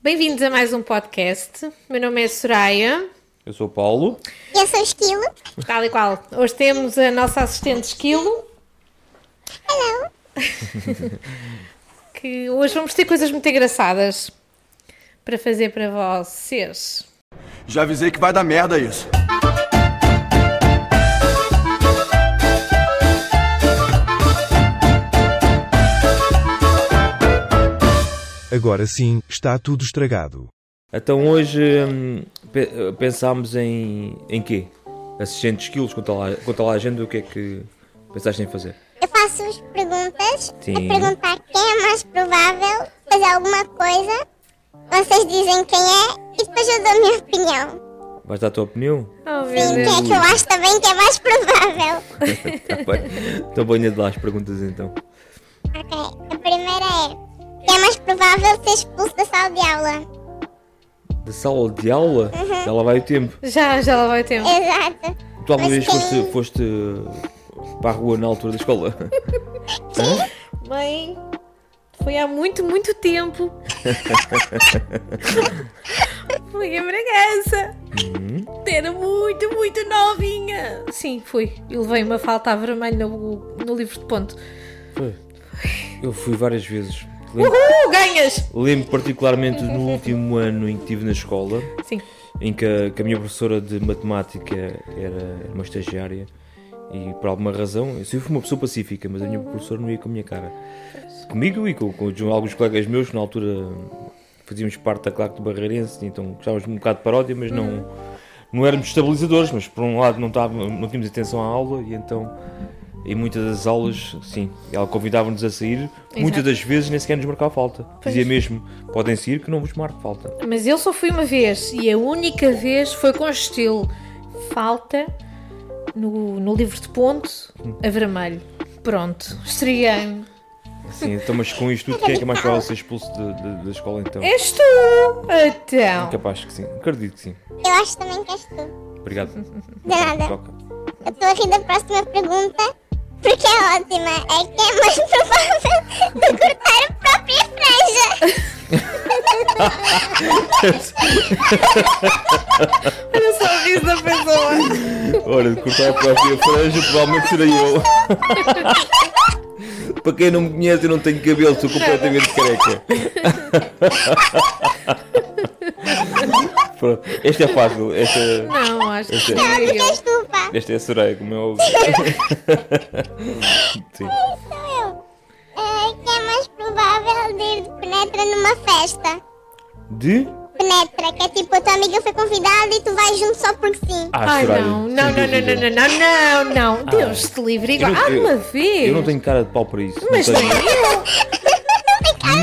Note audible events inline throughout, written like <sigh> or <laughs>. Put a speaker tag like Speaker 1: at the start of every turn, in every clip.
Speaker 1: Bem-vindos a mais um podcast. Meu nome é Soraya,
Speaker 2: Eu sou o Paulo.
Speaker 3: Eu sou o Esquilo.
Speaker 1: tal e qual. Hoje temos a nossa assistente Esquilo,
Speaker 3: Hello.
Speaker 1: <laughs> que hoje vamos ter coisas muito engraçadas para fazer para vocês.
Speaker 4: Já avisei que vai dar merda isso.
Speaker 5: Agora sim, está tudo estragado.
Speaker 2: Então hoje hum, pe- pensámos em, em quê? Assistentes quilos, conta lá, conta lá a agenda o que é que pensaste em fazer.
Speaker 3: Eu faço-vos perguntas
Speaker 2: Sim.
Speaker 3: a perguntar quem é mais provável fazer alguma coisa. Vocês dizem quem é e depois eu dou a minha opinião.
Speaker 2: Vais dar a tua
Speaker 3: <laughs>
Speaker 2: opinião?
Speaker 1: Oh, meu
Speaker 3: Sim, quem
Speaker 1: Deus.
Speaker 3: é que eu acho também que é mais provável.
Speaker 2: Tá bem. Então banha de lá as perguntas então.
Speaker 3: Ok, a primeira é: quem é mais provável ser expulso da sala de aula?
Speaker 2: Da sala de aula,
Speaker 3: Uhum.
Speaker 2: já lá vai o tempo.
Speaker 1: Já, já lá vai o tempo.
Speaker 3: Exato.
Speaker 2: Tu alguma vez
Speaker 3: Mas quem-
Speaker 2: foste, foste uh, para a rua na altura da
Speaker 3: <laughs>
Speaker 2: escola?
Speaker 1: Mãe, foi há muito, muito tempo. fui a Bragança. Era muito, muito novinha. Sim, fui. E levei uma falta a vermelho no, no livro de ponto.
Speaker 2: Foi. Eu fui várias vezes. Lembro,
Speaker 1: Uhul, Uh, ganhas!
Speaker 2: lembro particularmente no último ano em que estive na escola.
Speaker 1: Sim.
Speaker 2: em que a, que a minha professora de matemática era uma estagiária e por alguma razão, eu sempre fui uma pessoa pacífica, mas a minha professora não ia com a minha cara. Comigo e com, com de alguns colegas meus, que na altura fazíamos parte da claque do Barreirense, então gostávamos de um bocado de paródia, mas não, não éramos estabilizadores, mas por um lado não, tava, não tínhamos atenção à aula e então em muitas das aulas, sim, ela convidava-nos a sair, muitas
Speaker 1: Exato.
Speaker 2: das vezes nem sequer nos marcava falta. Dizia mesmo, podem sair que não vos marco falta.
Speaker 1: Mas eu só fui uma vez e a única vez foi com estilo. Falta no, no livro de ponto a vermelho. Pronto, estreiei-me.
Speaker 2: Sim, então, mas com isto tudo, quem é que é mais provável ser expulso de- de- da escola então?
Speaker 1: És tu! Então.
Speaker 2: Capaz que sim, acredito que sim.
Speaker 3: Eu acho também que és tu.
Speaker 2: Obrigado.
Speaker 3: De
Speaker 1: É.
Speaker 3: nada.
Speaker 2: Toca.
Speaker 3: Eu estou a rir da próxima pergunta porque é ótima. É quem é mais <laughs> provável de cortar a própria franja.
Speaker 1: Eu só aviso da pessoa.
Speaker 2: Ora, de cortar a própria franja, provavelmente serei
Speaker 1: <laughs>
Speaker 2: eu. Para quem não me conhece, eu não tenho cabelo, sou completamente
Speaker 1: <laughs>
Speaker 2: careca. Pronto, esta é fácil, esta,
Speaker 1: Não, acho que
Speaker 2: Esta-
Speaker 1: não
Speaker 3: Porque
Speaker 1: eu.
Speaker 3: és tu, pá.
Speaker 2: esta é a Soraya, como é óbvio. Sim.
Speaker 3: Sou eu. É, que é mais provável de ir de penetra numa festa?
Speaker 2: De?
Speaker 3: Penetra, que é tipo a tua amiga foi convidada e tu vais junto só porque sim.
Speaker 2: Ah,
Speaker 1: Ai,
Speaker 2: Soraya,
Speaker 1: não,
Speaker 2: sem
Speaker 1: não, não, não,
Speaker 2: dúvida.
Speaker 1: não, não, não, não, não. Deus te livre. Igual.
Speaker 2: Ah.
Speaker 1: Há
Speaker 2: Eu não- eu-
Speaker 1: uma vez.
Speaker 2: Eu não tenho cara de pau para isso. não
Speaker 1: Mas é?
Speaker 2: tenho.
Speaker 1: nem eu.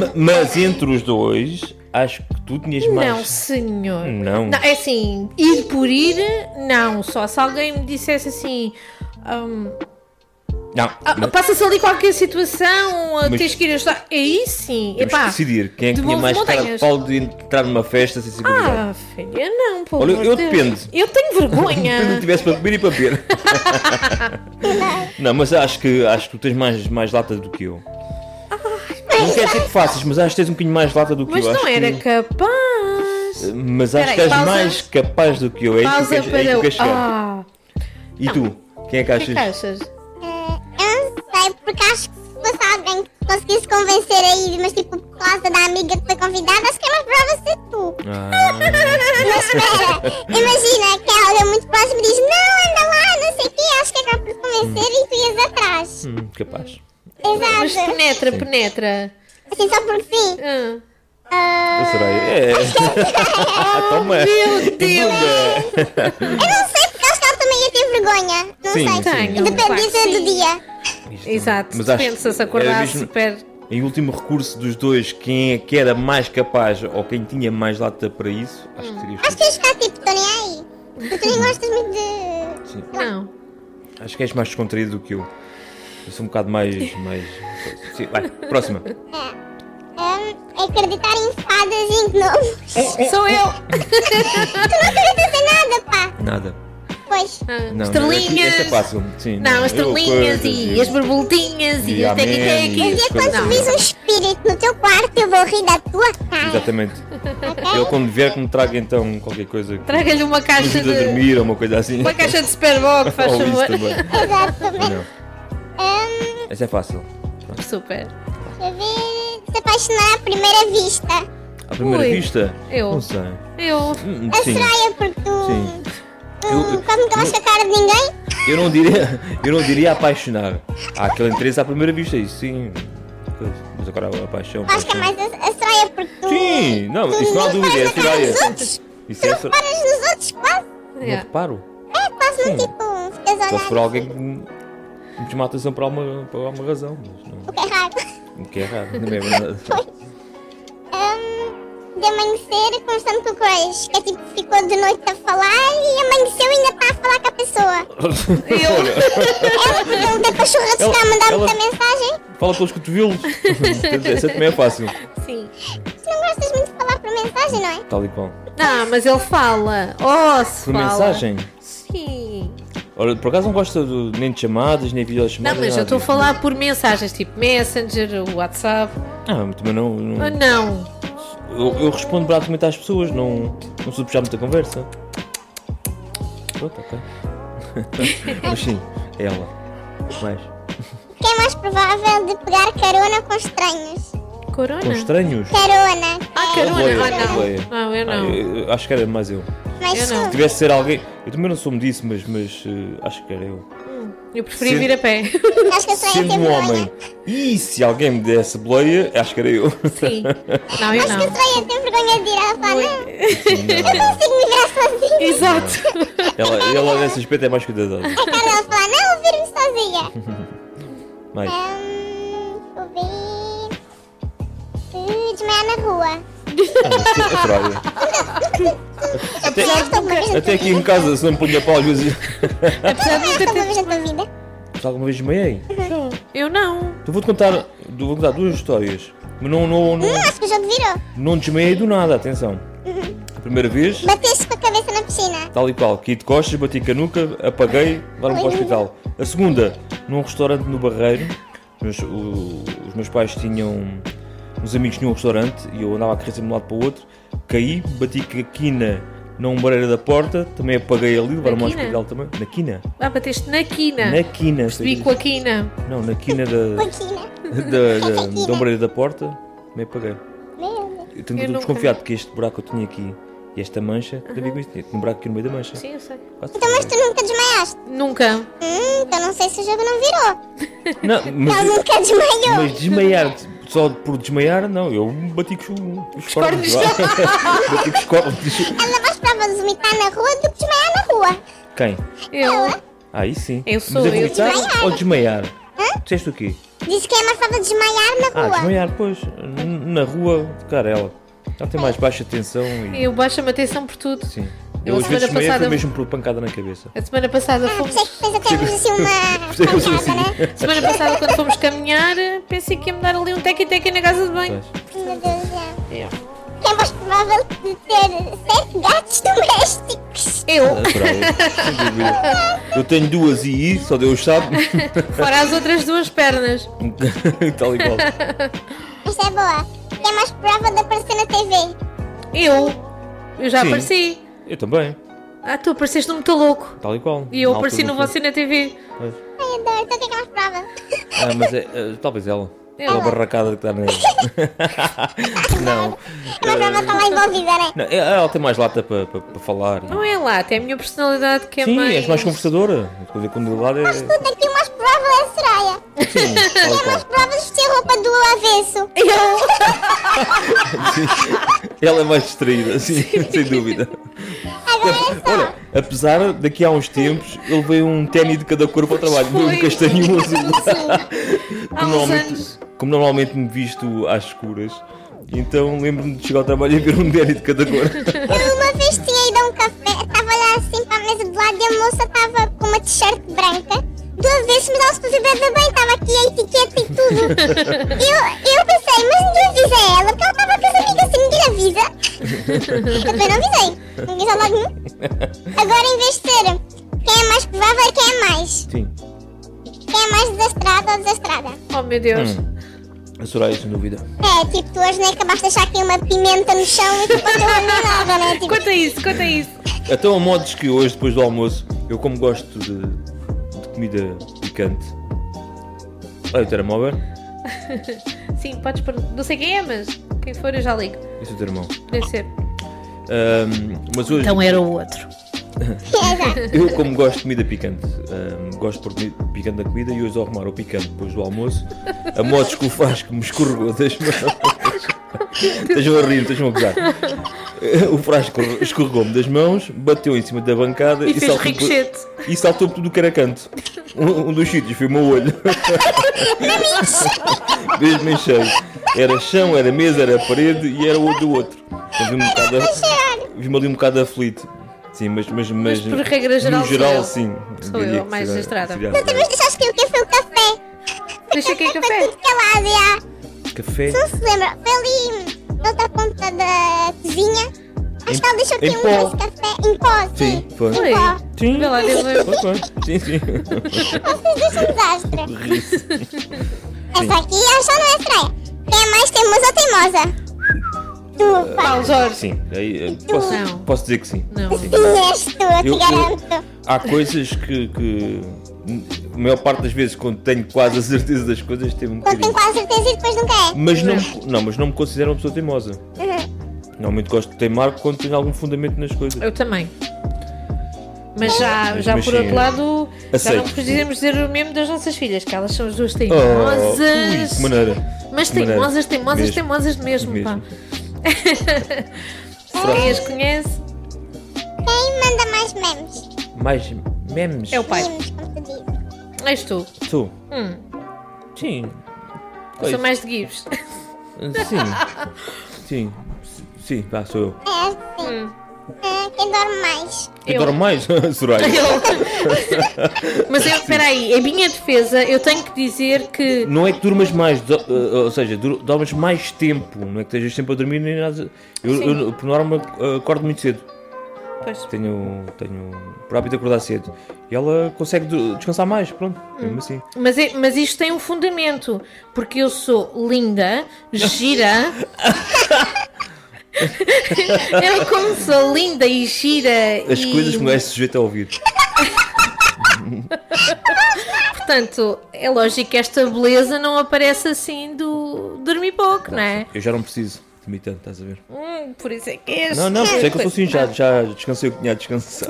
Speaker 2: Ma- Mas entre os dois, acho que tu tinhas
Speaker 1: Não,
Speaker 2: mais.
Speaker 1: senhor.
Speaker 2: Não.
Speaker 1: É assim, ir por ir, não. Só se alguém me dissesse assim. hum,
Speaker 2: Não,
Speaker 1: ah,
Speaker 2: mas-
Speaker 1: Passa-se ali qualquer situação, ah,
Speaker 2: Mas-
Speaker 1: tens que ir ajudar. Aí sim,
Speaker 2: temos que
Speaker 1: epá.
Speaker 2: decidir quem é
Speaker 1: de
Speaker 2: que tinha
Speaker 1: mãos
Speaker 2: mais cara de
Speaker 1: montanhas.
Speaker 2: pau de entrar numa festa sem ser convidado.
Speaker 1: Ah, filha, não, pô.
Speaker 2: Olha, <laughs> eu dependo.
Speaker 1: Eu tenho
Speaker 2: Se não
Speaker 1: vergonha.
Speaker 2: tivesse para beber e para
Speaker 1: <laughs>
Speaker 2: beber. não, mas acho que, acho que tu tens mais, mais lata do que eu. Não quer dizer que faças, mas acho que tens um bocadinho mais lata do que
Speaker 1: Mas
Speaker 2: eu.
Speaker 1: não
Speaker 2: acho
Speaker 1: era
Speaker 2: que-
Speaker 1: capaz.
Speaker 2: Mas acho
Speaker 1: Peraí,
Speaker 2: que és
Speaker 1: pausa.
Speaker 2: mais capaz do que eu. É isso que
Speaker 1: Pausa
Speaker 2: eu quero- é isso que
Speaker 1: para
Speaker 2: eu
Speaker 1: o.
Speaker 2: quero chegar.
Speaker 1: Ah,
Speaker 2: E tu? Quem é que
Speaker 1: o que é que
Speaker 2: achas?
Speaker 1: achas?
Speaker 3: É, eu não sei, porque acho que se fosse alguém que conseguisse convencer a ir, mas tipo por causa da amiga que foi convidada, acho que é mais provável ser tu.
Speaker 2: Ah,
Speaker 3: Mas espera, <laughs> imagina que ela é muito próxima e diz: Não, anda lá, não sei o quê, acho que acaba por te convencer e tu ias atrás.
Speaker 2: hum, capaz.
Speaker 1: Mas
Speaker 3: Exato.
Speaker 1: penetra, penetra.
Speaker 3: Assim, só porque sim.
Speaker 1: Ah.
Speaker 3: Ah,
Speaker 2: Eu serei.
Speaker 1: <laughs>
Speaker 2: É. <laughs> Toma.
Speaker 1: Meu Deus!
Speaker 3: eu não sei, porque acho que ela também ia ter vergonha. Não
Speaker 2: Sim,
Speaker 3: sei.
Speaker 2: sim.
Speaker 1: Tenho,
Speaker 3: Dependia
Speaker 1: claro que
Speaker 3: do
Speaker 1: sim.
Speaker 3: dia.
Speaker 1: Exato,
Speaker 2: Mas acho
Speaker 1: pensa se
Speaker 2: que era
Speaker 1: acordar
Speaker 2: mesmo-
Speaker 1: super.
Speaker 2: Em último recurso dos dois, quem é que era mais capaz ou quem tinha mais lata para isso, acho
Speaker 1: Hum.
Speaker 2: que serias
Speaker 3: Acho
Speaker 2: tu.
Speaker 3: que ia ficar tipo, tô nem aí. Porque tu nem gostas muito de.
Speaker 2: Sim.
Speaker 1: Não.
Speaker 2: Acho que és mais descontraído do que eu. Eu sou um bocado mais. mais... Sim, vai, próxima.
Speaker 3: Ahm, é acreditar em fadas e em gnomos.
Speaker 1: Sou eu!
Speaker 3: <laughs> tu não acreditas em nada, pá.
Speaker 2: Nada.
Speaker 3: Pois.
Speaker 1: Ah,
Speaker 2: Não, Esta,
Speaker 1: estrelinhas!
Speaker 2: esta é fácil. Sim,
Speaker 1: Não, as
Speaker 2: eu
Speaker 1: estrelinhas
Speaker 2: coisas,
Speaker 1: e as borboletinhas e
Speaker 2: E
Speaker 1: as
Speaker 2: amém,
Speaker 1: tec-tec
Speaker 2: e as
Speaker 3: Mas e
Speaker 1: e
Speaker 3: é quando
Speaker 2: coisas. assim.
Speaker 3: vis um espelho espírito no teu quarto e eu vou rir da tua cara.
Speaker 2: Exatamente. Ele quando vier que me traga então qualquer coisa que me
Speaker 1: Traga-lhe uma caixa
Speaker 2: ajude a
Speaker 1: de.
Speaker 2: dormir ou uma coisa assim.
Speaker 1: Uma caixa de Superbox, faz
Speaker 2: <laughs> Ou isso
Speaker 1: favor.
Speaker 2: também.
Speaker 3: Exatamente.
Speaker 2: Não.
Speaker 3: Hum,
Speaker 2: Essa é fácil.
Speaker 1: <laughs> Super.
Speaker 3: deixa eu ver. Se apaixonar à primeira vista.
Speaker 2: À primeira
Speaker 1: Ui,
Speaker 2: vista?
Speaker 1: eu. É
Speaker 2: Não sei.
Speaker 1: Eu.
Speaker 2: Hum,
Speaker 3: A
Speaker 2: Sim.
Speaker 3: Soraya, porque tu.
Speaker 2: Sim. Eu- eu-
Speaker 3: Hum, como que eu acho a cara de ninguém?
Speaker 2: Eu não diria, eu não diria apaixonar. Há aquele interesse à primeira vista, isso sim. Coisa. Mas agora a paixão.
Speaker 3: Eu acho que é
Speaker 2: paixão.
Speaker 3: mais a, a Soraya, porque tu.
Speaker 2: Sim, não,
Speaker 3: tu
Speaker 2: isso não há dúvida, é a
Speaker 3: reparas na cara
Speaker 2: Soraya.
Speaker 3: dos outros.
Speaker 2: Isso
Speaker 3: Tu
Speaker 2: é
Speaker 3: não
Speaker 2: a Sor-
Speaker 3: reparas nos outros, quase.
Speaker 2: Não
Speaker 1: Yeah.
Speaker 2: reparo.
Speaker 3: É, quase
Speaker 2: Sim.
Speaker 3: não tipo. Ficas a
Speaker 2: Só se for
Speaker 3: olhar.
Speaker 2: alguém que me me chama a atenção por alguma, por alguma razão. Mas não,
Speaker 3: O que é raro.
Speaker 2: o que é raro, não é verdade.
Speaker 3: Hum, de amanhecer conversando com o crush, que é tipo, ficou de noite a falar e amanheceu e ainda está a falar com a pessoa.
Speaker 2: <laughs>
Speaker 1: Eu.
Speaker 3: Ela então, pergunta para churras se
Speaker 2: Ela-
Speaker 3: está a mandar
Speaker 2: ela-
Speaker 3: muita mensagem.
Speaker 2: Fala pelos cotovelos. Portanto, Essa também é fácil.
Speaker 1: Sim.
Speaker 3: Tu não gostas muito de falar por mensagem, não é?
Speaker 2: Tal e qual.
Speaker 1: Não, mas ele fala. Oh, se
Speaker 2: Por
Speaker 1: fala.
Speaker 2: mensagem.
Speaker 1: Sim.
Speaker 2: Olha, por acaso não gosta do- nem de chamadas, nem
Speaker 1: Não,
Speaker 2: videochamadas.
Speaker 1: mas eu
Speaker 2: nada
Speaker 1: estou a
Speaker 2: disso.
Speaker 1: falar por mensagens tipo Messenger, WhatsApp.
Speaker 2: Ah, também não. não-
Speaker 1: Ah, não.
Speaker 2: Eu, eu respondo praticamente às pessoas, não, não sou de puxar muita conversa. Pronto, ok. <laughs> Mas sim, é ela. Mais.
Speaker 3: Quem é mais provável de pegar carona com estranhos?
Speaker 1: Corona?
Speaker 2: Com estranhos.
Speaker 3: Carona.
Speaker 1: Ah,
Speaker 3: é,
Speaker 1: carona.
Speaker 2: Boia,
Speaker 1: Ah, não.
Speaker 2: boia.
Speaker 1: Não, eu não.
Speaker 2: Ah, eu- acho que era mais eu. Se
Speaker 3: Mas
Speaker 1: eu não.
Speaker 3: sim.
Speaker 2: tivesse de ser alguém. Eu também não sou disso, mas, mas eh, acho que era eu.
Speaker 1: Eu preferi
Speaker 2: Sim.
Speaker 1: vir a pé.
Speaker 3: Acho que é a Soraya
Speaker 2: Sendo
Speaker 3: tem
Speaker 2: um
Speaker 3: vergonha.
Speaker 2: homem. E se alguém me desse boleia, acho que era eu.
Speaker 1: Sim. Não, eu
Speaker 3: Acho que a
Speaker 1: não.
Speaker 3: Soraya tem é vergonha de ir. Ela fala, não,
Speaker 2: Não.
Speaker 3: consigo migrar sozinha.
Speaker 1: Exato.
Speaker 2: Ela, ela nesse aspecto é mais cuidadosa.
Speaker 3: A cara dela fala, não, eu viro-me sozinha.
Speaker 2: Mais.
Speaker 3: Hum, vou ver. Se desmaiar na rua.
Speaker 2: Ah, a Troia. Até-
Speaker 3: Já estou uma vez na
Speaker 2: Até
Speaker 3: tua
Speaker 2: aqui em
Speaker 3: vida.
Speaker 2: casa, se não me punha pau, às vezes.
Speaker 3: Já estou uma vez na tua vida.
Speaker 2: Já alguma vez desmaiei?
Speaker 1: Eu não.
Speaker 2: Eu vou-te contar, eu vou contar duas histórias, mas não, não, não,
Speaker 3: Hum, acho que o jogo virou.
Speaker 2: não desmaiei do nada, atenção. A primeira vez,
Speaker 3: Bateste com a cabeça na piscina.
Speaker 2: tal e qual, caí de costas, bati com a nuca, apaguei, levaram-me para o hospital. A segunda, num restaurante no Barreiro, meus- o- os meus pais tinham, uns amigos tinham um restaurante e eu andava a crescer de um lado para o outro, caí, bati com a quina na ombreira da porta, também apaguei ali, levaram-me ao
Speaker 1: quina?
Speaker 2: hospital também. Na quina?
Speaker 1: Ah, bateste na quina.
Speaker 2: Na quina.
Speaker 1: Percebi com a quina.
Speaker 2: Não, na
Speaker 1: <laughs>
Speaker 2: quina da,
Speaker 3: Paquina.
Speaker 2: da, da,
Speaker 3: Quina.
Speaker 2: da ombreira da porta, também apaguei.
Speaker 3: Meu Deus.
Speaker 1: Eu
Speaker 2: Eu tenho tudo
Speaker 1: nunca
Speaker 2: desconfiado
Speaker 1: vi.
Speaker 2: porque este buraco que eu tinha aqui e esta mancha, tem a ver com isto. Tinha um buraco aqui no meio da mancha.
Speaker 1: Sim, eu sei.
Speaker 2: Quase
Speaker 3: Então, mas tu nunca desmaiaste?
Speaker 1: Nunca.
Speaker 3: Hum, então não sei se o jogo não virou.
Speaker 2: Não,
Speaker 3: Ela
Speaker 2: mas,
Speaker 3: nunca desmaiou.
Speaker 2: mas desmaiar, só por desmaiar, não. Eu bati com os- os
Speaker 1: cornos.
Speaker 2: cornos. lá. bati com os cornos.
Speaker 3: Ela mais prova de vomitar na rua do que desmaiar na rua.
Speaker 2: Quem?
Speaker 1: Eu.
Speaker 2: Aí sim.
Speaker 1: Eu sou
Speaker 2: mas é
Speaker 1: eu.
Speaker 2: vomitar
Speaker 3: Desmaiar.
Speaker 2: ou desmaiar? Disseste o quê?
Speaker 3: Disse que é mais prova de desmaiar na
Speaker 2: Ah,
Speaker 3: rua.
Speaker 2: desmaiar, pois. N- Na rua, cara, ela. Ela tem mais baixa tensão e.
Speaker 1: Eu baixa-me atenção por tudo.
Speaker 2: Sim.
Speaker 1: Eu
Speaker 2: Eu às
Speaker 1: semana
Speaker 2: vezes desmaiei
Speaker 1: passada- um-
Speaker 2: foi mesmo por pancada na cabeça.
Speaker 1: A semana passada
Speaker 3: Ah, por isso é que
Speaker 1: fomos.
Speaker 3: fez até hoje assim
Speaker 2: Percebes
Speaker 3: uma
Speaker 2: assim?
Speaker 3: pancada, né?
Speaker 1: Semana passada, quando fomos caminhar, pensei que ia me dar ali um tequi-tequi na casa de banho.
Speaker 2: Pois.
Speaker 3: Meu Deus, já.
Speaker 1: Eu.
Speaker 3: Quem é mais provável de ter sete gatos domésticos?
Speaker 1: Eu,
Speaker 2: Natural, É sem dúvida. Eu tenho duas e I, só Deus sabe. <laughs>
Speaker 1: fora as outras duas pernas.
Speaker 2: Tal e qual.
Speaker 3: Esta é boa. Quem é mais provável de aparecer na TV?
Speaker 1: Eu. Eu já
Speaker 2: Sim.
Speaker 1: apareci.
Speaker 2: Eu também,
Speaker 1: Ah, tu apareceste no Muito Louco.
Speaker 2: tal e qual.
Speaker 1: E eu
Speaker 2: Na
Speaker 1: apareci no
Speaker 2: altura
Speaker 1: Você na TV.
Speaker 2: foi.
Speaker 3: Ai, adoro. Então o que é que é mais provável?
Speaker 2: Ah, mas é, é, talvez ela.
Speaker 1: Ela.
Speaker 2: Aquela barracada que tá está na. não.
Speaker 3: É mais provável estar lá envolvida, né?
Speaker 2: não. é- Ela tem mais lata para falar.
Speaker 1: Não é lá, até a minha personalidade que é
Speaker 2: Sim,
Speaker 1: mais...
Speaker 2: és mais conversadora. Quer dizer, quando eu lá
Speaker 1: <laughs>
Speaker 2: é. Sim,
Speaker 3: Tudo aqui o mais provável é a Soraya.
Speaker 2: tal e
Speaker 3: É mais
Speaker 2: qual.
Speaker 3: provável vestir roupa do avesso.
Speaker 1: Eu...
Speaker 2: Ela é mais distraída, sim, sem dúvida.
Speaker 3: Agora é
Speaker 2: Olha, apesar daqui há uns tempos ele veio um ténis de cada cor para o trabalho,
Speaker 1: Foi.
Speaker 2: um castanho e
Speaker 1: <laughs>
Speaker 2: um azul.
Speaker 1: Há
Speaker 2: como,
Speaker 1: uns
Speaker 2: normalmente,
Speaker 1: anos.
Speaker 2: como normalmente me visto às escuras, então lembro-me de chegar ao trabalho e ver um délio de cada cor.
Speaker 3: é só. Eu uma vez tinha ido a um café, estava lá assim para a mesa de lado e a moça estava com uma t-shirt branca. Do avesso, mas ela se fazia bem, bem, estava aqui a etiqueta e tudo. Eu, eu pensei, mas ninguém avisa a ela, porque ela estava com as amigas assim, ninguém avisa. Eu também não avisei, não avisa logo nenhum. Agora, em vez de ser quem é mais provável, é quem é mais.
Speaker 2: Sim.
Speaker 3: Quem é mais desastrado ou desastrada?
Speaker 1: Oh meu Deus.
Speaker 2: Hum. A Soraya, sem dúvida.
Speaker 3: É, tipo, tu hoje não é capaz de achar aqui uma pimenta no chão e tipo, a tua nada, né?
Speaker 1: <laughs>
Speaker 3: Tipo,
Speaker 1: Conta isso, conta isso.
Speaker 2: Então, a modos que hoje, depois do almoço, eu como gosto de, de comida picante. Olha o telemóvel.
Speaker 1: Sim, podes pôr. Não sei quem é, mas quem for eu já ligo.
Speaker 2: Esse é o teu irmão.
Speaker 1: Deve ser.
Speaker 2: Ahm, mas hoje,
Speaker 1: Então era o outro.
Speaker 3: exato.
Speaker 2: eu como gosto de comida picante, ahm, gosto por comi- picante da comida e hoje ao arrumar o picante depois do almoço, a modos que o frasco me escorregou das mãos. Estejam a rir, estejam a gozar. O frasco escorregou-me das mãos, bateu em cima da bancada
Speaker 1: E fez
Speaker 2: saltou por-
Speaker 1: ricochete.
Speaker 2: e saltou por tudo que era canto. Um, um dos sítios foi o meu olho. Mesmo em cheio. Era chão, era mesa, era parede e era o olho do outro. Então, vi-me um bocado, vi-me ali um bocado aflito. Sim, mas, mas, mas,
Speaker 1: por regra geral
Speaker 2: no
Speaker 1: sou
Speaker 2: geral
Speaker 1: eu.
Speaker 2: sim.
Speaker 1: Sou eu,
Speaker 2: Diria que
Speaker 1: mais
Speaker 2: seria-
Speaker 1: desastrada.
Speaker 2: seria
Speaker 3: Tu também deixaste que o que foi o café.
Speaker 1: Deixa aqui
Speaker 3: Foi
Speaker 1: café.
Speaker 2: <laughs>
Speaker 3: tudo calado, já.
Speaker 2: Café
Speaker 3: Tu se lembra? Foi ali na outra ponta da cozinha. Acho que ela deixou aqui
Speaker 2: em
Speaker 3: um
Speaker 2: pó.
Speaker 3: doce de café em pó, assim. sim.
Speaker 2: Sim, foi.
Speaker 1: Oi.
Speaker 3: Pó.
Speaker 2: Sim,
Speaker 1: Vê lá, Deus me-
Speaker 2: foi, foi. Sim, sim.
Speaker 3: Vocês dois são um
Speaker 2: <laughs>
Speaker 3: desastre.
Speaker 2: Ri-se.
Speaker 3: Essa aqui acho que não é estranha. Quem é mais teimosa ou teimosa? Tu, pá.
Speaker 1: Paulo Jorge.
Speaker 2: Sim, aí, eh,
Speaker 3: Então
Speaker 2: posso,
Speaker 1: Não.
Speaker 2: posso dizer que sim.
Speaker 1: Ah,
Speaker 2: <laughs>
Speaker 1: Não.
Speaker 2: Sim.
Speaker 3: Sim, assim, és tu, eu te
Speaker 2: Eu- eu-
Speaker 3: garanto.
Speaker 2: Há coisas que, que a maior parte das vezes quando tenho quase a certeza das coisas tenho um
Speaker 3: Quando tenho
Speaker 2: bocadinho.
Speaker 3: quase certeza e depois nunca é.
Speaker 2: Mas não, não, mas não me considero uma pessoa teimosa.
Speaker 1: É.
Speaker 2: Normalmente gosto de teimar quando tenho algum fundamento nas coisas.
Speaker 1: Eu também. Mas já,
Speaker 2: Mas-
Speaker 1: já
Speaker 2: mas
Speaker 1: por
Speaker 2: sim,
Speaker 1: outro
Speaker 2: eu-
Speaker 1: lado, já não
Speaker 2: aceito.
Speaker 1: precisamos dizer o mesmo das nossas filhas, que elas são as duas
Speaker 2: Oh,
Speaker 1: teimosas.
Speaker 2: ui, que maneira.
Speaker 1: Mas
Speaker 2: Que maneira.
Speaker 1: teimosas, teimosas,
Speaker 2: Mesmo.
Speaker 1: teimosas mesmo, pá. Quem as conhece
Speaker 3: Quem manda mais memes?
Speaker 2: Mais memes.
Speaker 1: é o pai.
Speaker 3: Memes, como tu dizes.
Speaker 1: És tu.
Speaker 2: Tu. Sim.
Speaker 1: Hum. Eu
Speaker 2: Pois.
Speaker 1: sou mais de Gibbs.
Speaker 2: Sim. Sim. S- Sim, pá, sou eu.
Speaker 3: É assim. Ah, quem dorme mais? <laughs>
Speaker 2: Eu
Speaker 1: Eu.
Speaker 2: adoro mais,
Speaker 1: <laughs>
Speaker 2: Soraya.
Speaker 1: Eu-
Speaker 2: <laughs>
Speaker 1: Mas eu, espera aí, em minha defesa, eu tenho que dizer que.
Speaker 2: Não é que durmas mais, do- eh, ou seja, dur- dormes mais tempo, não é que estejas sempre a dormir nem nada. Eu, eu, por norma, eh, acordo muito cedo.
Speaker 1: Pois,
Speaker 2: Tenho, tenho por hábito acordar cedo. E ela consegue du- descansar mais, pronto, mesmo assim.
Speaker 1: mas, é- mas isto tem um fundamento, porque eu sou linda,
Speaker 2: <laughs>
Speaker 1: gira. eu, como sou linda e gira.
Speaker 2: As
Speaker 1: e,
Speaker 2: coisas que um gajo se sujeita a ouvir.
Speaker 1: Portanto, é lógico que esta beleza não aparece assim do dormir pouco, não é?
Speaker 2: Eu já não preciso de mim tanto, estás a ver?
Speaker 1: Hum, por isso é que é
Speaker 2: Não, não, sei que eu sou assim, já, já descansei o que tinha a descansar.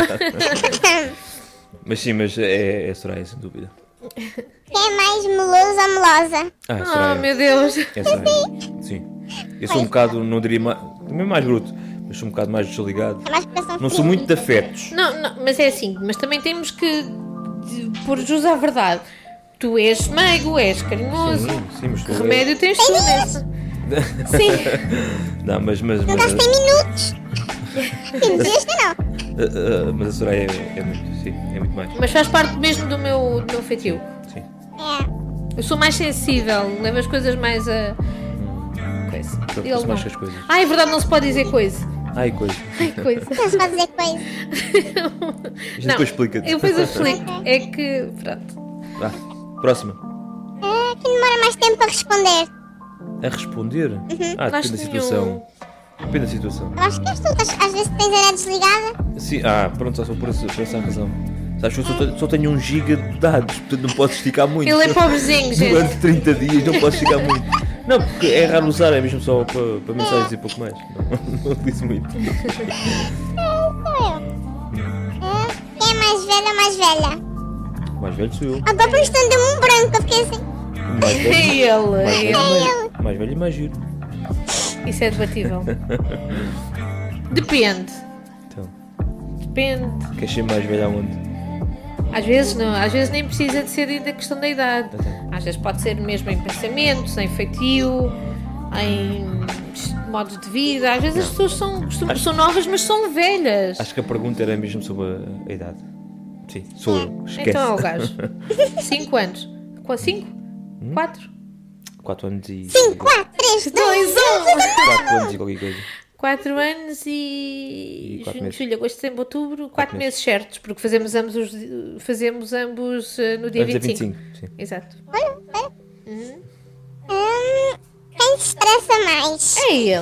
Speaker 2: <laughs> mas sim, mas é, é Soraya, sem dúvida.
Speaker 3: Quem é mais meloso ou melosa?
Speaker 2: Ah, é
Speaker 1: Ah,
Speaker 2: Soraya.
Speaker 1: meu Deus.
Speaker 2: É Soraya. Sim. Eu sou um bocado, não diria mais. Também mais bruto, mas sou um bocado mais desligado.
Speaker 3: É mais coração
Speaker 2: Não
Speaker 3: frio.
Speaker 2: sou muito de afetos.
Speaker 1: Não, não, mas é assim, mas também temos que de- pôr jus à verdade. Tu és meigo, és carinhoso.
Speaker 2: Sim, sim, mas
Speaker 1: Que remédio tens tu
Speaker 2: <laughs>
Speaker 1: nessa? Sim,
Speaker 2: Não, mas, mas, mas,
Speaker 3: Nunca se tem
Speaker 1: <laughs>
Speaker 3: minutos. Sim, dias que não.
Speaker 2: ah, ah, mas a Soraya é, é muito, sim, é muito mais.
Speaker 1: mas faz parte mesmo do meu, do meu feitio.
Speaker 2: Sim.
Speaker 3: É.
Speaker 1: Eu sou mais sensível, levo as coisas mais a. Coisa.
Speaker 2: Eu
Speaker 1: Ele
Speaker 2: penso Então, mais
Speaker 1: não.
Speaker 2: que as coisas.
Speaker 1: Ah, é verdade, não se pode dizer
Speaker 2: <laughs>
Speaker 1: coisa.
Speaker 2: Ai, coisa.
Speaker 1: Ai, coisa.
Speaker 3: Não se pode dizer coisa.
Speaker 2: gente depois é explica-te.
Speaker 1: Eu depois eu explico. É que. Pronto.
Speaker 2: Vá, próxima.
Speaker 3: Ah, quem demora mais tempo a responder?
Speaker 2: A responder? Ah,
Speaker 1: Uhum, Acho
Speaker 2: depende da
Speaker 1: que
Speaker 2: situação. Depende da situação.
Speaker 3: Eu acho que és tu, que às às vezes tens a net desligada.
Speaker 2: Sim, ah, pronto, só sou por essa, por essa razão. Sabes que eu só tenho, só tenho um giga de dados, portanto não posso esticar muito.
Speaker 1: Ele é
Speaker 2: <laughs>
Speaker 1: pobrezinho, gente.
Speaker 2: Durante 30 dias não posso esticar muito. Não, porque é raro usar, é mesmo só para, para mensagens e pouco mais. Não, <laughs> não utilizo muito.
Speaker 3: Sou é eu. Ah, quem é mais velha ou mais velha?
Speaker 2: O mais velho sou eu.
Speaker 3: Ah, pá, por um instante deu-me um branco. Eu fiquei assim.
Speaker 2: O mais
Speaker 1: É
Speaker 2: velho. o
Speaker 1: ele,
Speaker 2: Mais
Speaker 1: é
Speaker 2: velho,
Speaker 1: ele.
Speaker 2: é mais- o mais velho e mais giro.
Speaker 1: Isso é
Speaker 2: <laughs>
Speaker 1: debatível. Depende.
Speaker 2: Então,
Speaker 1: Depende.
Speaker 2: queres ser mais velho aonde?
Speaker 1: Às vezes não, às vezes nem precisa de ser da questão da idade. Às vezes pode ser mesmo em pensamentos, em feitio, em modos de vida. Às vezes as pessoas são, costumam- são novas, mas são velhas.
Speaker 2: Acho que a pergunta era mesmo sobre a, a idade. Sim, sou eu. Esquece. Hum?
Speaker 1: Então é o
Speaker 2: <laughs>
Speaker 1: gajo. 5 anos. Com 5? 4?
Speaker 2: 4 anos e.
Speaker 3: 5, 4, 3, 2, 1.
Speaker 2: 4 anos e qualquer coisa.
Speaker 1: 4 anos e.
Speaker 2: E quatro
Speaker 1: junho,
Speaker 2: meses.
Speaker 1: julho, agosto, setembro, outubro. 4
Speaker 2: meses.
Speaker 1: meses certos, porque fazemos ambos, os- fazemos ambos eh, no dia
Speaker 2: Antes da
Speaker 1: 25.
Speaker 2: 25, sim.
Speaker 1: Exato.
Speaker 3: Olha, olha.
Speaker 1: um.
Speaker 3: Hum, quem te estressa mais?
Speaker 1: É
Speaker 2: <laughs>
Speaker 1: ele.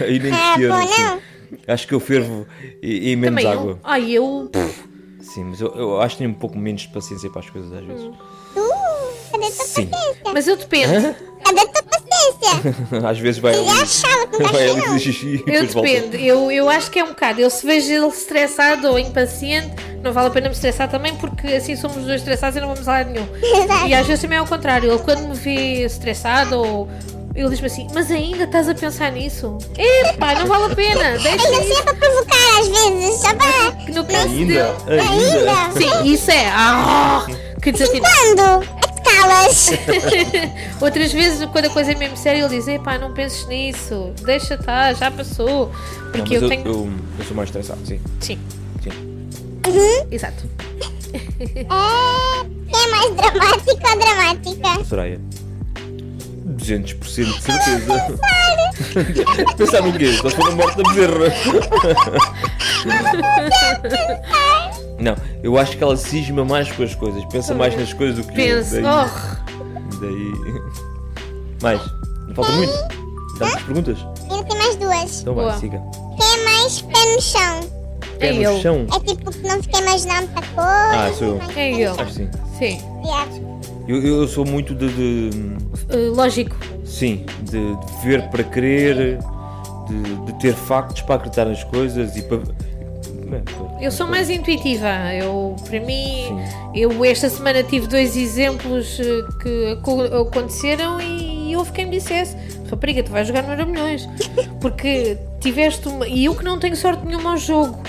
Speaker 2: Aí nem
Speaker 3: Ah,
Speaker 2: questão,
Speaker 3: bom,
Speaker 2: assim.
Speaker 3: não.
Speaker 2: Acho que eu fervo e, e menos
Speaker 1: É, Também eu.
Speaker 2: água.
Speaker 1: Ai, eu. pff,
Speaker 2: Sim, mas eu, eu acho que tenho um pouco menos de paciência para as coisas às vezes.
Speaker 1: É.
Speaker 3: Tu? Uh, Cadê a tua
Speaker 2: Sim.
Speaker 3: paciência?
Speaker 1: Mas Hum. eu dependo.
Speaker 3: Cadê a tua
Speaker 1: <laughs>
Speaker 3: paciência?
Speaker 2: <laughs> Às vezes vai
Speaker 3: Eu
Speaker 2: ali,
Speaker 3: já achava que
Speaker 2: <laughs> vai
Speaker 3: não gastei
Speaker 2: ali fazer
Speaker 3: não.
Speaker 2: xixi e
Speaker 1: Eu
Speaker 2: depois volta.
Speaker 1: dependo. Eu, eu acho que é um bocado. Eu se vejo ele estressado ou impaciente, não vale a pena me estressar também, porque assim somos os dois estressados e não vamos lá nenhum.
Speaker 3: Exato.
Speaker 1: E às vezes também é o contrário. Ele quando me vê estressado ou. Ele diz-me assim, mas ainda estás a pensar nisso? Epá, não vale a pena, deixa
Speaker 3: Ainda assim é para provocar às vezes, já pá.
Speaker 1: no caso
Speaker 2: Ainda,
Speaker 1: dele.
Speaker 2: ainda.
Speaker 3: Ainda?
Speaker 1: Sim, É isso é. Ah, que desatino.
Speaker 3: Quando? É que calas.
Speaker 1: <laughs> Outras vezes, quando a coisa é mesmo séria, ele diz: Epá, não penses nisso, deixa estar, já passou.
Speaker 2: Não, mas
Speaker 1: Porque
Speaker 2: eu,
Speaker 1: eu tenho.
Speaker 2: eu- eu sou mais estressado, sim.
Speaker 1: Sim,
Speaker 2: sim.
Speaker 1: exato.
Speaker 3: É... Quem é mais dramático ou dramática?
Speaker 2: Soraya. 200% de certeza. <laughs> Pensar no quê? Só se for a morte
Speaker 1: <laughs>
Speaker 2: da bezerra. Não, eu acho que ela cisma mais com as coisas. Pensa mais nas coisas do que
Speaker 1: Penso,
Speaker 2: eu. Daí,
Speaker 1: oh,
Speaker 2: daí... <laughs> Mais. Não falta muito. Dá-me perguntas.
Speaker 3: Ainda tem mais duas.
Speaker 2: Então
Speaker 1: Boa.
Speaker 2: vai, siga.
Speaker 3: Quem é mais pé no chão?
Speaker 2: Pé
Speaker 1: é
Speaker 2: no
Speaker 1: eu.
Speaker 2: chão.
Speaker 3: É tipo que não fica a imaginar muita coisa.
Speaker 2: Ah, sou eu.
Speaker 3: mais
Speaker 1: É
Speaker 3: pé no
Speaker 1: eu.
Speaker 3: chão.
Speaker 2: Acho que sim.
Speaker 1: Sim,
Speaker 3: Yeah.
Speaker 2: Eu, eu sou muito de- de...
Speaker 1: Uh, lógico.
Speaker 2: Sim, de, de ver para crer, de, de ter factos para acreditar nas coisas e para. Bem, para-
Speaker 1: Eu sou mais intuitiva. Eu, para mim,
Speaker 2: Sim.
Speaker 1: eu esta semana tive dois exemplos eh, que aco- aconteceram e houve quem me dissesse: Rapariga, tu vais jogar no Euromilhões. Porque tiveste uma. E eu que não tenho sorte nenhuma ao jogo.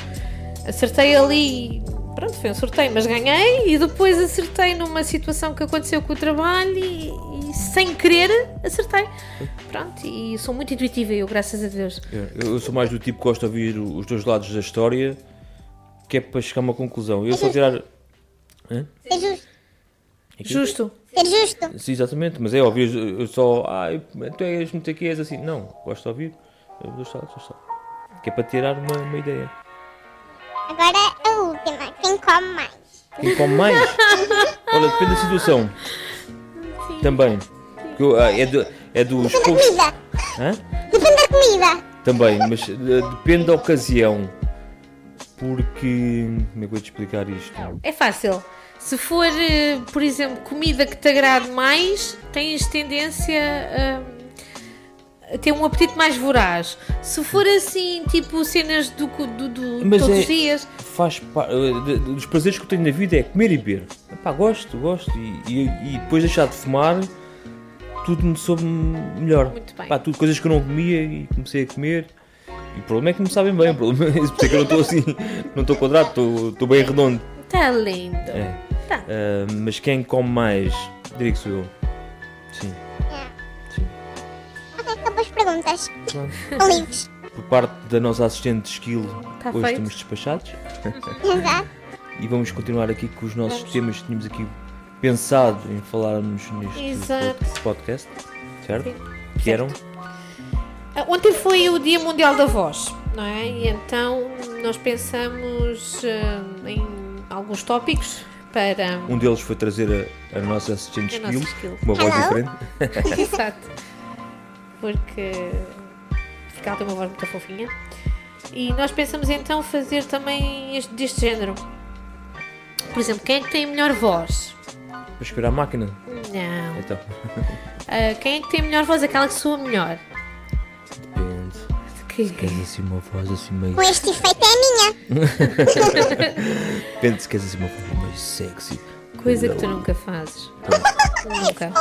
Speaker 1: Acertei ali. Pronto, foi um sorteio, mas ganhei. E depois acertei numa situação que aconteceu com o trabalho e, e sem querer acertei. Pronto, e sou muito intuitiva, eu, graças a Deus.
Speaker 2: Eu, eu sou mais do tipo que gosta de ouvir o- os dois lados da história, que é para chegar a uma conclusão. Eu
Speaker 1: Uhum.
Speaker 2: só tirar.
Speaker 3: Ser justo.
Speaker 1: Justo.
Speaker 3: Ser justo.
Speaker 2: Sim, exatamente, mas é ouvir, eu só. Ai, tu és muito aqui, és assim. Não, gosto de ouvir eh, os dois lados da história. Que é para tirar uma, uma ideia.
Speaker 3: Agora é a última. Quem come mais?
Speaker 2: Quem come mais? Olha, depende da situação. Também. Que eu- ah, é, do, é dos
Speaker 3: Depende da
Speaker 2: poucos.
Speaker 3: comida.
Speaker 2: Hã?
Speaker 3: Depende da comida.
Speaker 2: Também, mas eh, depende da ocasião. Porque. Como é que eu vou te explicar isto?
Speaker 1: É fácil. Se for, eh, por exemplo, comida que te agrade mais, tens tendência hum, a, a ter um apetite mais voraz. Se for assim, tipo cenas do, co- do, do-
Speaker 2: Mas
Speaker 1: todos
Speaker 2: é-
Speaker 1: os dias,
Speaker 2: Faz parte. Dos prazeres que eu tenho na vida é comer e beber. Epá, gosto, gosto. E, e- e depois deixar de fumar, tudo me soube melhor.
Speaker 1: Muito bem.
Speaker 2: Pá, tudo coisas que eu não comia e comecei a comer. E o problema é que me sabem bem, o problema <laughs> é esse, porque eu não estou assim, não estou quadrado, estou- estou bem redondo.
Speaker 1: está lindo.
Speaker 2: É.
Speaker 1: Tá.
Speaker 2: Ah, mas quem come mais? Diria que sou eu. Sim,
Speaker 3: Yeah.
Speaker 2: sim.
Speaker 3: Ok, acabou as perguntas.
Speaker 2: Ah.
Speaker 3: Estão livres.
Speaker 2: Por parte da nossa assistente de esquilo,
Speaker 1: Tá
Speaker 2: hoje
Speaker 1: feito.
Speaker 2: estamos despachados
Speaker 3: Exato.
Speaker 2: e vamos continuar aqui com os nossos temas que tínhamos aqui pensado em falarmos neste
Speaker 1: Exato.
Speaker 2: pod- podcast, certo? Que eram?
Speaker 1: Ah, Ontem foi o Dia Mundial da Voz, não é? E então nós pensamos eh, em alguns tópicos para. hum,
Speaker 2: Um deles foi trazer a, a nossa assistente
Speaker 1: A nossa
Speaker 2: de
Speaker 1: esquilo.
Speaker 2: esquilo, uma voz
Speaker 3: Hello.
Speaker 2: diferente.
Speaker 1: Exato. Porque, porque ela tem uma voz muito fofinha. E nós pensamos então fazer também este, deste género. Por exemplo, quem é que tem a melhor voz?
Speaker 2: Para escolher a máquina.
Speaker 1: Não.
Speaker 2: Então,
Speaker 1: Ah, quem é que tem a melhor voz? Aquela que soa melhor.
Speaker 2: depende.
Speaker 1: Que-
Speaker 2: Queres assim uma voz assim meio.
Speaker 3: Com este efeito é a minha.
Speaker 2: Depende se queres assim uma voz meio sexy.
Speaker 1: Coisa que tu nunca fazes. Nunca.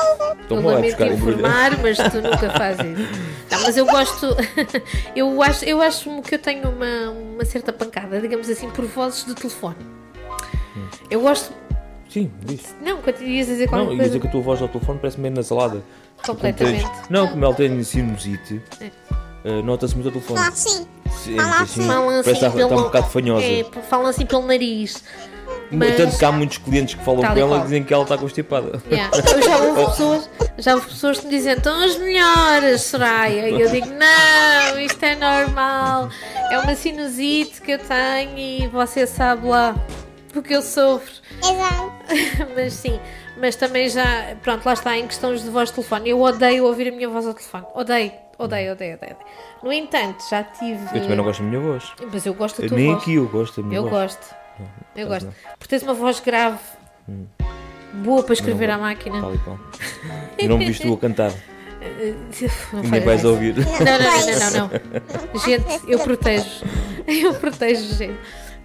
Speaker 2: Então
Speaker 1: Eu
Speaker 2: vou lá
Speaker 1: lamento
Speaker 2: buscar o brilho.
Speaker 1: informar, mas
Speaker 2: <laughs>
Speaker 1: tu nunca fazes isso. Não, mas eu gosto, <laughs> eu acho, eu acho que eu tenho uma, uma certa pancada, digamos assim, por vozes de telefone. Eu gosto
Speaker 2: Sim, diz.
Speaker 1: Não, quando ias dizer qualquer
Speaker 2: Não, e
Speaker 1: coisa.
Speaker 2: dizer que a tua voz ao telefone parece meio nasalada.
Speaker 1: Completamente.
Speaker 2: Como tens- Não, como ela tem sinusite,
Speaker 1: É.
Speaker 2: eh, nota-se muito ao telefone.
Speaker 3: Não, é sim.
Speaker 2: Sim,
Speaker 3: Fala
Speaker 2: sim,
Speaker 3: assim.
Speaker 1: Falam
Speaker 2: Parece
Speaker 1: assim,
Speaker 2: que está,
Speaker 1: pelo...
Speaker 2: está um bocado fanhosa.
Speaker 1: É, p- falam assim pelo nariz. mas-
Speaker 2: Tanto que há muitos clientes que falam
Speaker 1: Tal
Speaker 2: com
Speaker 1: e
Speaker 2: ela e
Speaker 1: qual.
Speaker 2: dizem que ela está constipada.
Speaker 1: <laughs>
Speaker 2: <laughs>
Speaker 1: Yeah. Eu já ouvi pessoas, já ouvi pessoas que me dizem, estão as melhores, Soraya. E eu digo, não, isto é normal. É uma sinusite que eu tenho e você sabe lá porque eu sofro.
Speaker 3: Exato.
Speaker 1: <laughs> mas sim, mas também já, pronto, lá está, em questões de voz de telefone. Eu odeio ouvir a minha voz ao telefone. Odeio, odeio, odeio, odeio. No entanto, já tive.
Speaker 2: Hum. Eu também não gosto da minha voz.
Speaker 1: Mas eu gosto da tua
Speaker 2: Nem
Speaker 1: voz.
Speaker 2: aqui eu gosto da minha
Speaker 1: Eu
Speaker 2: voz.
Speaker 1: gosto. Eu
Speaker 2: Estás Hum.
Speaker 1: gosto. Porque tens uma voz grave, boa para escrever
Speaker 2: Não, Tá.
Speaker 1: à máquina.
Speaker 2: Tal e qual. E não me viste tu a cantar.
Speaker 1: <laughs> Não
Speaker 2: E nem
Speaker 1: faz
Speaker 2: vais
Speaker 1: isso.
Speaker 2: ouvir.
Speaker 1: <laughs> Não, não, não, não, não, não. Gente, eu protejo. Eu protejo, gente.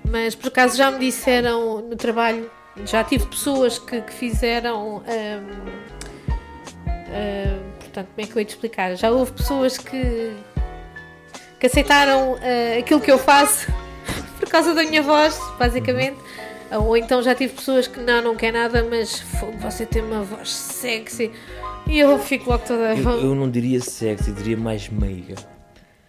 Speaker 1: Mas por acaso já me disseram no trabalho, já tive pessoas que, que fizeram. hum, hum, portanto, como é que eu ia te explicar? Já houve pessoas que, que aceitaram ah, aquilo que eu faço <laughs> por causa da minha voz, basicamente. Ou então já tive pessoas que não, não quer nada, mas fogo, você tem uma voz sexy. E eu fico logo toda.
Speaker 2: Eu, eu não diria sexy, diria mais meiga.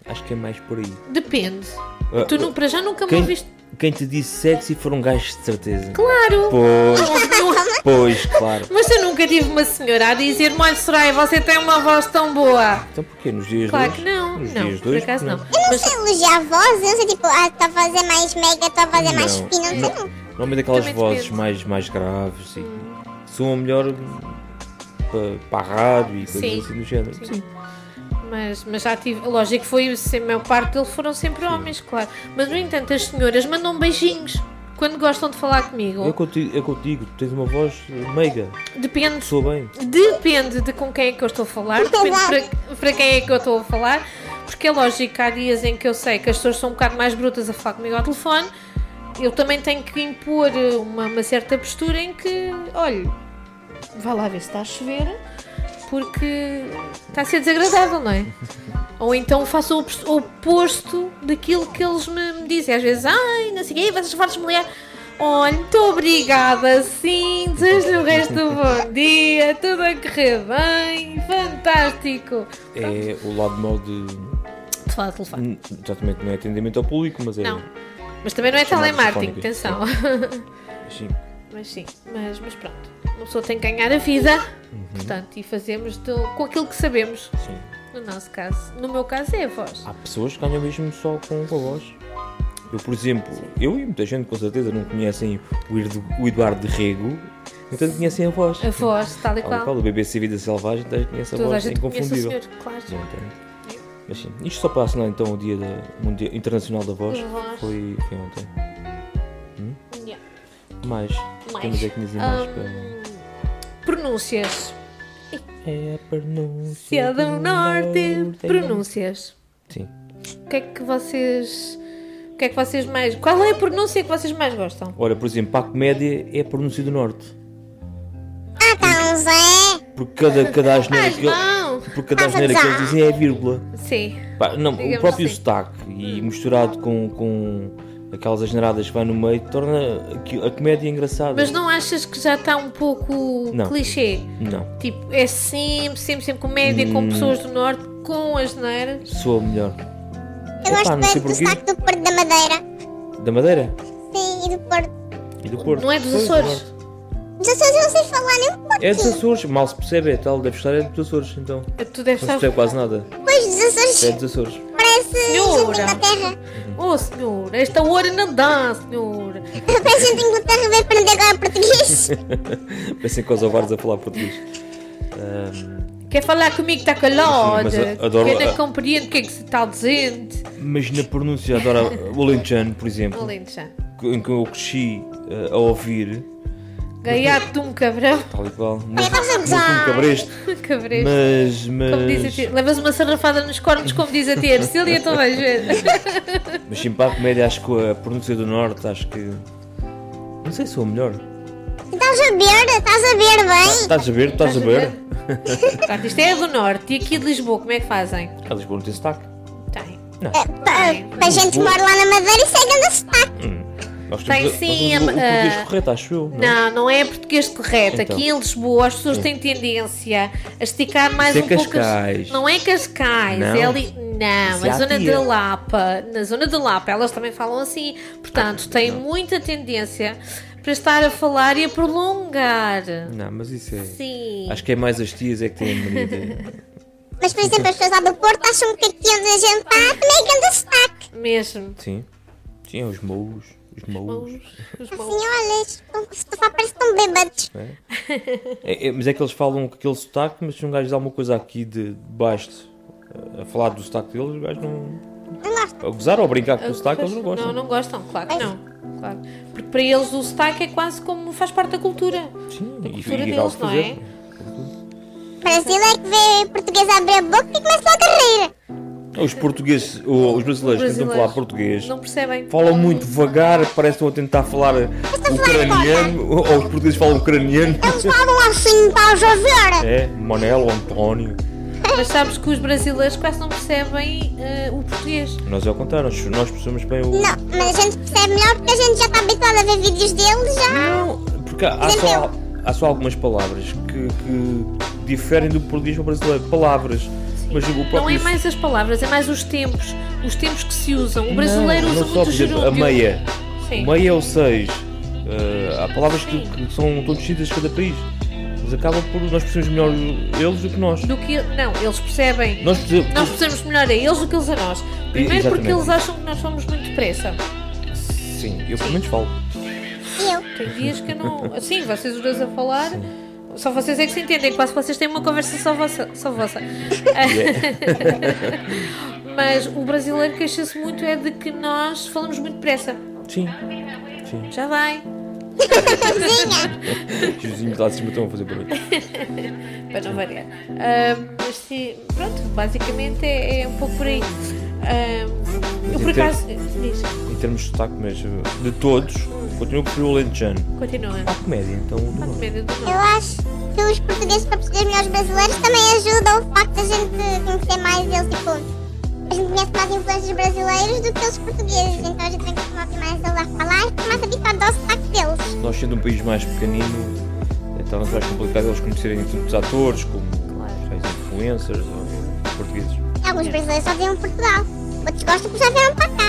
Speaker 2: Acho que é mais por aí.
Speaker 1: Depende.
Speaker 2: Ah,
Speaker 1: tu não, para já nunca me
Speaker 2: Quem,
Speaker 1: ouviste.
Speaker 2: quem te disse sexy foram gajos de certeza.
Speaker 1: Claro!
Speaker 2: Pois,
Speaker 1: Não-
Speaker 2: pois, claro.
Speaker 1: mas eu nunca tive uma senhora a dizer-me: Olha, Soraya, você tem uma voz tão boa.
Speaker 2: Então porquê? Nos dias
Speaker 1: Claro que
Speaker 2: de hoje?
Speaker 1: não,
Speaker 2: Nos
Speaker 1: não,
Speaker 2: dias de
Speaker 1: por
Speaker 2: hoje,
Speaker 1: acaso não.
Speaker 2: porque
Speaker 3: Eu não sei elogiar a voz, eu não sei tipo, ah, tua voz é mais mega, tua voz é mais
Speaker 2: Não,
Speaker 3: fina, não sei não.
Speaker 2: Normalmente aquelas
Speaker 1: Também Hum.
Speaker 2: vozes
Speaker 1: depende.
Speaker 2: mais, mais graves e soam melhor para, para a rádio e coisas
Speaker 1: Sim.
Speaker 2: assim do género. Sim.
Speaker 1: Mas, mas já tive. Lógico que foi sem meu parte dele, foram sempre homens, claro. Mas no entanto, as senhoras mandam beijinhos quando gostam de falar comigo.
Speaker 2: É contigo, é contigo, tu tens uma voz meiga,
Speaker 1: Depende.
Speaker 2: soa bem.
Speaker 1: Depende de com quem é que eu estou a falar, depende para, para quem é que eu estou a falar, porque é lógico que há dias em que eu sei que as pessoas são um bocado mais brutas a falar comigo ao telefone, eu também tenho que impor eh, uma, uma certa postura em que, olha, vá lá ver se está a chover, porque está a ser desagradável, não é? Ou então faço o opos- o oposto daquilo que eles me, me dizem. Às vezes, ai, não sei o quê, vocês fortes mulher. Olha, muito obrigada, sim, desejo-lhe o resto do bom dia, tudo a correr bem, fantástico.
Speaker 2: É o lado mau de.
Speaker 1: De falar de telefone.
Speaker 2: n- Exatamente, não é atendimento ao público, mas é.
Speaker 1: Não, mas também não é
Speaker 2: Chamadas
Speaker 1: telemarketing,
Speaker 2: telefónicas,
Speaker 1: atenção. <laughs>
Speaker 2: Sim.
Speaker 1: Mas sim, mas, mas pronto, uma pessoa tem que ganhar a vida, portanto, e fazemos do- com aquilo que sabemos,
Speaker 2: Sim. Ah,
Speaker 1: no nosso caso. No meu caso é a voz.
Speaker 2: Há pessoas que ganham mesmo só com, com a voz. Eu, por exemplo, eu e muita gente com certeza não conhecem o, Irdu- o Eduardo de Rego, no entanto conhecem a voz.
Speaker 1: A voz, tal e
Speaker 2: Tal e
Speaker 1: qual.
Speaker 2: qual, do BBC Vida Selvagem, então conhece a
Speaker 1: Toda a
Speaker 2: voz, é
Speaker 1: gente conhece o
Speaker 2: inconfundível.
Speaker 1: senhor, claro.
Speaker 2: Não entendo. Mas sim, isto só para assinar então o Dia da- Mundial- Internacional da Voz.
Speaker 1: Da voz.
Speaker 2: Foi, foi ontem.
Speaker 1: Yeah.
Speaker 2: Mais.
Speaker 1: Mais.
Speaker 2: Temos é que dizer mais
Speaker 1: Hum,
Speaker 2: para.
Speaker 1: Pronúncias.
Speaker 2: É a pronúncia.
Speaker 1: Cidade do Norte. Pronúncias.
Speaker 2: Sim.
Speaker 1: O que é que vocês. O que é que vocês mais. Qual é a pronúncia que vocês mais gostam?
Speaker 2: Olha, por exemplo, para a comédia é a pronúncia do Norte.
Speaker 3: Ah, tá, um Zé.
Speaker 2: Porque cada, cada asneira
Speaker 1: Mais
Speaker 2: que ele-
Speaker 1: não!
Speaker 2: Porque cada asneira que eles dizem é a vírgula.
Speaker 1: Sim.
Speaker 2: Pá, não,
Speaker 1: Digamos
Speaker 2: o próprio
Speaker 1: assim.
Speaker 2: sotaque e misturado com, com aquelas asneiradas que vai no meio torna aqui- a comédia engraçada.
Speaker 1: Mas não achas que já está um pouco
Speaker 2: Não.
Speaker 1: clichê?
Speaker 2: Não,
Speaker 1: Tipo, é sempre, sempre, sempre comédia
Speaker 2: Hum.
Speaker 1: com pessoas do Norte, com as neiras.
Speaker 2: soa melhor.
Speaker 3: Eu
Speaker 2: Epá,
Speaker 3: gosto
Speaker 2: não sei
Speaker 3: bem do
Speaker 2: porquê.
Speaker 3: sotaque do Porto da Madeira.
Speaker 2: Da Madeira
Speaker 3: Sim, e do Porto.
Speaker 2: e do Porto.
Speaker 1: Não é dos
Speaker 2: Pois,
Speaker 1: Açores?
Speaker 2: do Norte.
Speaker 3: Dos Açores eu não sei falar nem um pouco.
Speaker 2: É dos Açores, mal se percebe, é tal, deve estar é dos Açores, então.
Speaker 1: Tu deves
Speaker 2: Não se
Speaker 1: estar.
Speaker 2: percebe quase nada.
Speaker 3: Pois, dos
Speaker 2: É
Speaker 3: Açores
Speaker 2: dos Açores.
Speaker 3: parece gente de
Speaker 1: Senhora.
Speaker 3: Inglaterra.
Speaker 1: Oh senhora, esta hora não dá, senhora.
Speaker 3: Parece gente de Inglaterra veio aprender
Speaker 2: <laughs>
Speaker 3: agora português.
Speaker 2: Parecem kosovares a falar português. Ahm,
Speaker 1: Quer falar comigo, Tá está
Speaker 2: Sim,
Speaker 1: calada.
Speaker 2: mas a- adoro-
Speaker 1: Eu não compreendo o que é que se está dizendo.
Speaker 2: mas na pronúncia, adoro o Alentejano, por exemplo,
Speaker 1: Alentejano.
Speaker 2: que- em que eu cresci eh, a ouvir,
Speaker 1: Gaiato de um cabrão.
Speaker 2: tal e qual, muito,
Speaker 3: estás
Speaker 2: muito
Speaker 3: a
Speaker 2: um
Speaker 3: gozar.
Speaker 2: cabresto,
Speaker 1: Cabreiro.
Speaker 2: mas,
Speaker 1: Como diz a
Speaker 2: mas,
Speaker 1: ter. Levas uma sarrafada nos cornos, como diz a ter. Cília, toda a gente.
Speaker 2: mas sim, para a comédia, acho que a pronúncia do Norte, acho que, não sei se sou a melhor.
Speaker 3: Estás a ver? Estás a ver bem?
Speaker 2: Estás a ver? Estás a ver?
Speaker 1: Portanto, isto é do norte. E aqui de Lisboa, como é que fazem?
Speaker 2: Ah, Lisboa não tem sotaque.
Speaker 1: Tem.
Speaker 3: Para Eh, pa gente que mora lá na Madeira e segue a sotaque.
Speaker 2: Nós
Speaker 1: Tem
Speaker 2: temos a-
Speaker 1: sim,
Speaker 2: nós temos o, o
Speaker 1: a-
Speaker 2: português correto, acho eu, não?
Speaker 1: Não, não é português correto.
Speaker 2: Então.
Speaker 1: Aqui em Lisboa as pessoas têm tendência a esticar mais
Speaker 2: Isso é
Speaker 1: um pouco. as-
Speaker 2: Cascais.
Speaker 1: Não é Cascais,
Speaker 2: Não.
Speaker 1: é ali. Não,
Speaker 2: Isso é
Speaker 1: a
Speaker 2: a
Speaker 1: zona
Speaker 2: tia.
Speaker 1: da Lapa. Na zona da Lapa elas também falam assim. Portanto,
Speaker 2: Ah,
Speaker 1: têm muita tendência para estar a falar e a prolongar.
Speaker 2: Não, mas isso é...
Speaker 1: Sim.
Speaker 2: Acho que é mais as tias é que têm a mania <laughs> de...
Speaker 3: Mas, por exemplo, as pessoas lá do Porto tá acham que aqui onde a gente está também é grande sotaque.
Speaker 1: Mesmo.
Speaker 2: Sim. Sim, é os mouros. Os maus.
Speaker 1: Os
Speaker 3: Sim,
Speaker 1: maus.
Speaker 3: olha, estão- estão- parece que estão bêbados.
Speaker 2: É, é, mas é que eles falam com aquele sotaque, mas se um gajo dá uma coisa aqui de de baixo eh, a falar do sotaque deles, o gajo não.
Speaker 3: Não gosto.
Speaker 2: A gozar ou a brincar com o sotaque, eles não gostam.
Speaker 1: Não, não gostam, claro que não. Claro. Porque para eles o sotaque é quase como faz parte da cultura.
Speaker 2: Sim,
Speaker 1: da
Speaker 2: e-
Speaker 1: cultura
Speaker 2: e
Speaker 1: deles,
Speaker 2: acaba por
Speaker 1: não
Speaker 2: fazer.
Speaker 1: é?
Speaker 3: Brasil é que vê português abrir a boca e começa logo a rir.
Speaker 2: Os portugueses, ou os brasileiros, que tentam falar português.
Speaker 1: Não percebem.
Speaker 2: Falam muito devagar, parece que estão a tentar falar ucraniano, ou ou os portugueses falam ucraniano.
Speaker 3: Eles falam assim para os
Speaker 2: <laughs>
Speaker 3: ouvir.
Speaker 2: É, Manel, António.
Speaker 1: Mas sabes que os brasileiros quase não percebem eh, o português.
Speaker 2: Nós é ao contrário, nós, nós percebemos bem o.
Speaker 3: Não, mas a gente percebe melhor porque a gente já está habituado a ver vídeos deles já.
Speaker 2: Não, porque há, há só, há só algumas palavras que, que diferem do português para o brasileiro. Palavras. Mas o próprio.
Speaker 1: Não é mais as palavras, é mais os tempos. Os tempos que se usam. O brasileiro
Speaker 2: Não,
Speaker 1: usa
Speaker 2: não só,
Speaker 1: muito
Speaker 2: por exemplo,
Speaker 1: gerúndio.
Speaker 2: a meia.
Speaker 1: Sim.
Speaker 2: O meia é o seis. Eh, há palavras que,
Speaker 1: um. Sim.
Speaker 2: que são tão distintas de cada país. Mas acaba por. Nós percebemos melhor eles do que nós.
Speaker 1: Do que, não, eles percebem.
Speaker 2: Nós percebemos.
Speaker 1: Nós percebemos melhor a eles do que eles a nós. Primeiro porque
Speaker 2: exatamente.
Speaker 1: eles acham que nós somos muito depressa.
Speaker 2: Sim, eu pelo menos falo.
Speaker 3: E eu.
Speaker 1: Tem dias que eu não. Sim, vocês os dois a falar. Só vocês é que se entendem, quase vocês têm uma conversa só vossa. Só vossa. <laughs> Mas o brasileiro queixa-se muito é de que nós falamos muito depressa.
Speaker 2: Sim. Sim. <laughs>
Speaker 1: Já vai.
Speaker 2: Os vizinhos lá de cima estão a fazer barulho.
Speaker 1: Para não variar. Ahm, mas sim, pronto, basicamente é, é um pouco por aí. Ahm, eu por
Speaker 2: Então-
Speaker 1: acaso. Diz,
Speaker 2: Em termos de sotaque, mas eh, de todos, continuo a preferir o Lentejano.
Speaker 1: continua.
Speaker 2: Há comédia, então.
Speaker 1: Há comédia do
Speaker 3: Eu
Speaker 1: nome.
Speaker 3: acho que os portugueses para perceber melhor os brasileiros também ajuda o facto de a gente conhecer mais eles, tipo, a gente conhece mais influências brasileiros do que os portugueses, então a gente tem que acostumar mais a lá falar e mais habituado ao sotaque deles.
Speaker 2: Nós sendo um país mais pequenino, então é mais complicado eles conhecerem tantos atores como os influencers ou portugueses.
Speaker 3: Alguns brasileiros só vêm Portugal, outros gostam porque já vieram para cá.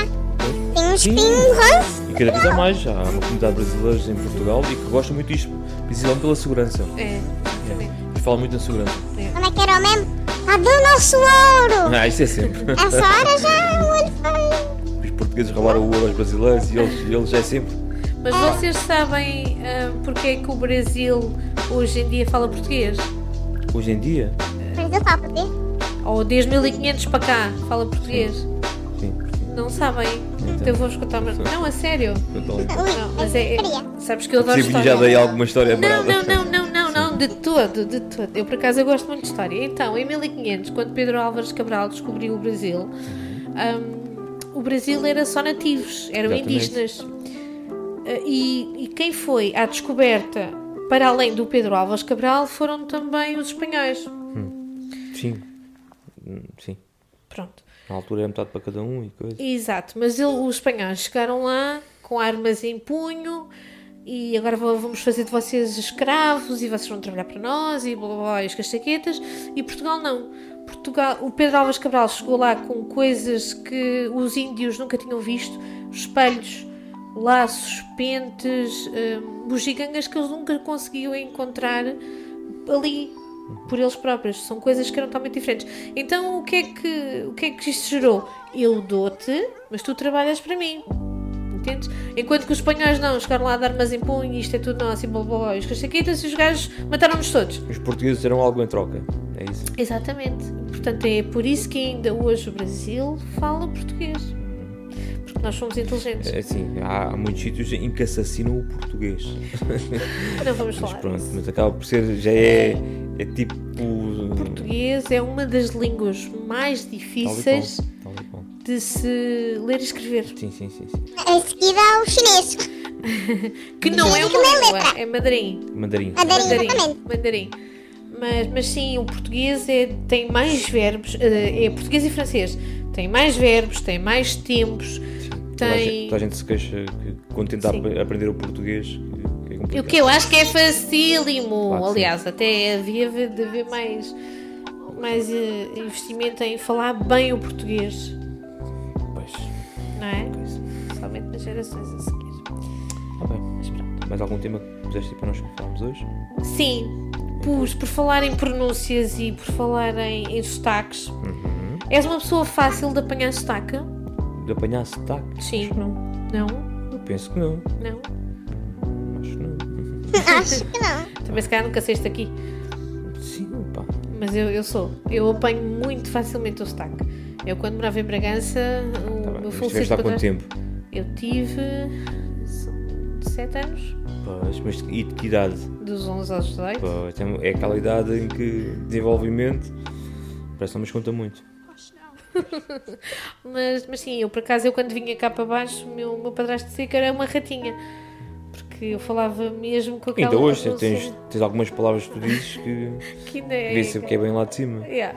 Speaker 3: Tem uns
Speaker 2: Sim.
Speaker 3: pingos,
Speaker 2: E cada vez há mais, há uma comunidade brasileira em Portugal e que gosta muito disto, precisam pela segurança.
Speaker 1: É, exatamente.
Speaker 2: Eles falam muito da segurança.
Speaker 3: como é que era o mesmo? Cadê o
Speaker 1: <laughs>
Speaker 3: nosso ouro?
Speaker 2: Ah, isso é sempre. <laughs>
Speaker 3: Essa hora já o olho foi.
Speaker 2: Os portugueses roubaram o ouro aos brasileiros e eles, eles é sempre.
Speaker 1: Mas vocês sabem ah, porque é que o Brasil hoje em dia fala português?
Speaker 2: Hoje em dia,
Speaker 3: Mas eu falo português.
Speaker 1: Ou desde 1500 para cá fala português?
Speaker 2: sim.
Speaker 1: Não sabem? Então eu vou-vos contar uma... Não, a sério?
Speaker 2: Então,
Speaker 1: Não, mas é... é-
Speaker 3: Queria.
Speaker 1: Sabes que eu adoro
Speaker 2: Sim, já
Speaker 1: história.
Speaker 2: dei alguma história
Speaker 1: Não,
Speaker 2: brava.
Speaker 1: não, não, não, não, não, de todo, de todo. Eu por acaso eu gosto muito de história. Então, em 1500, quando Pedro Álvares Cabral descobriu o Brasil, hum, o Brasil era só nativos, eram
Speaker 2: Exatamente.
Speaker 1: indígenas. Eh, E, e quem foi à descoberta, para além do Pedro Álvares Cabral, foram também os espanhóis.
Speaker 2: Sim. Hum, Sim.
Speaker 1: Pronto.
Speaker 2: Na altura era metade para cada um e coisa.
Speaker 1: Exato, mas ele- os espanhóis chegaram lá com armas em punho e agora va- vamos fazer de vocês escravos e vocês vão trabalhar para nós e blá blá, blá e as castaquetas e Portugal não. Portugal, o Pedro Alves Cabral chegou lá com coisas que os índios nunca tinham visto, espelhos, laços, pentes, hum, bugigangas que eles nunca conseguiam encontrar ali por eles próprios. São coisas que eram totalmente diferentes. Então o que é que, o que, é que isto gerou? Eu dou-te, mas tu trabalhas para mim. Entendes? Enquanto que os espanhóis não, chegaram lá a dar armas em punho, isto é tudo nosso e blá blá blá, e os castaquitas e os gajos mataram-nos todos.
Speaker 2: Os portugueses eram algo em troca. É isso.
Speaker 1: Exatamente. Portanto, é por isso que ainda hoje o Brasil fala português. Porque nós somos inteligentes.
Speaker 2: É Assim, há, há muitos sítios em que assassinam o português.
Speaker 1: Não vamos falar.
Speaker 2: Pronto, É, mas acaba por ser. Já é. É tipo.
Speaker 1: Português é uma das línguas mais
Speaker 2: tal e
Speaker 1: difíceis
Speaker 2: qual, tal e qual.
Speaker 1: de se ler e escrever.
Speaker 2: Sim, sim, sim. sim.
Speaker 3: Em seguida ao chinês.
Speaker 1: Que não é
Speaker 3: Sim, que
Speaker 1: uma
Speaker 3: não é
Speaker 1: língua, é mandarim.
Speaker 2: Mandarim.
Speaker 3: Mandarim,
Speaker 1: Mandarim.
Speaker 3: exatamente.
Speaker 1: mandarim. Mas, mas sim, o português é, tem mais verbos, eh, é português e francês. Tem mais verbos, tem mais tempos,
Speaker 2: Toda a,
Speaker 1: tem.
Speaker 2: gente, toda a gente se queixa que quando tenta
Speaker 1: Sim.
Speaker 2: ap- aprender o português. que- que é
Speaker 1: O
Speaker 2: complicado.
Speaker 1: que eu acho que é facílimo.
Speaker 2: Claro que sim.
Speaker 1: Aliás, até havia de haver mais, mais eh, investimento em falar bem o português,
Speaker 2: Pois,
Speaker 1: não é?
Speaker 2: pois.
Speaker 1: Principalmente nas gerações a seguir.
Speaker 2: Ah, bem.
Speaker 1: Mas pronto.
Speaker 2: Mais algum tema que puseste aí para nós falarmos hoje?
Speaker 1: Sim, pus por falar em pronúncias e por falar em, em sotaques.
Speaker 2: Uhum.
Speaker 1: És uma pessoa fácil de apanhar sotaque?
Speaker 2: De apanhar sotaques?
Speaker 1: Sim. Não? Não?
Speaker 2: Penso que não.
Speaker 1: Não.
Speaker 2: Acho que não.
Speaker 3: Acho que não.
Speaker 1: Também se calhar nunca saíste aqui.
Speaker 2: Sim, pá.
Speaker 1: Mas eu, eu sou. Eu apanho muito facilmente o sotaque. Eu quando morava em Bragança, o
Speaker 2: Tá bem.
Speaker 1: meu
Speaker 2: Mas
Speaker 1: falecido
Speaker 2: estiveste há quanto
Speaker 1: padrasto-
Speaker 2: tempo?
Speaker 1: Eu tive 7 anos,
Speaker 2: Pois, mas e de que idade?
Speaker 1: dos 11 aos 18.
Speaker 2: Pois, é aquela idade em que desenvolvimento parece que não nos conta muito.
Speaker 1: Mas, mas sim, eu por acaso, eu quando vinha cá para baixo, o meu, o meu padrasto dizia que era uma ratinha. Porque eu falava mesmo com aquela...
Speaker 2: Ainda hoje
Speaker 1: não
Speaker 2: tens,
Speaker 1: Então, sei,
Speaker 2: tens algumas palavras que tu dizes que
Speaker 1: Que ainda é...
Speaker 2: vê se que é bem lá de cima.
Speaker 1: Yeah.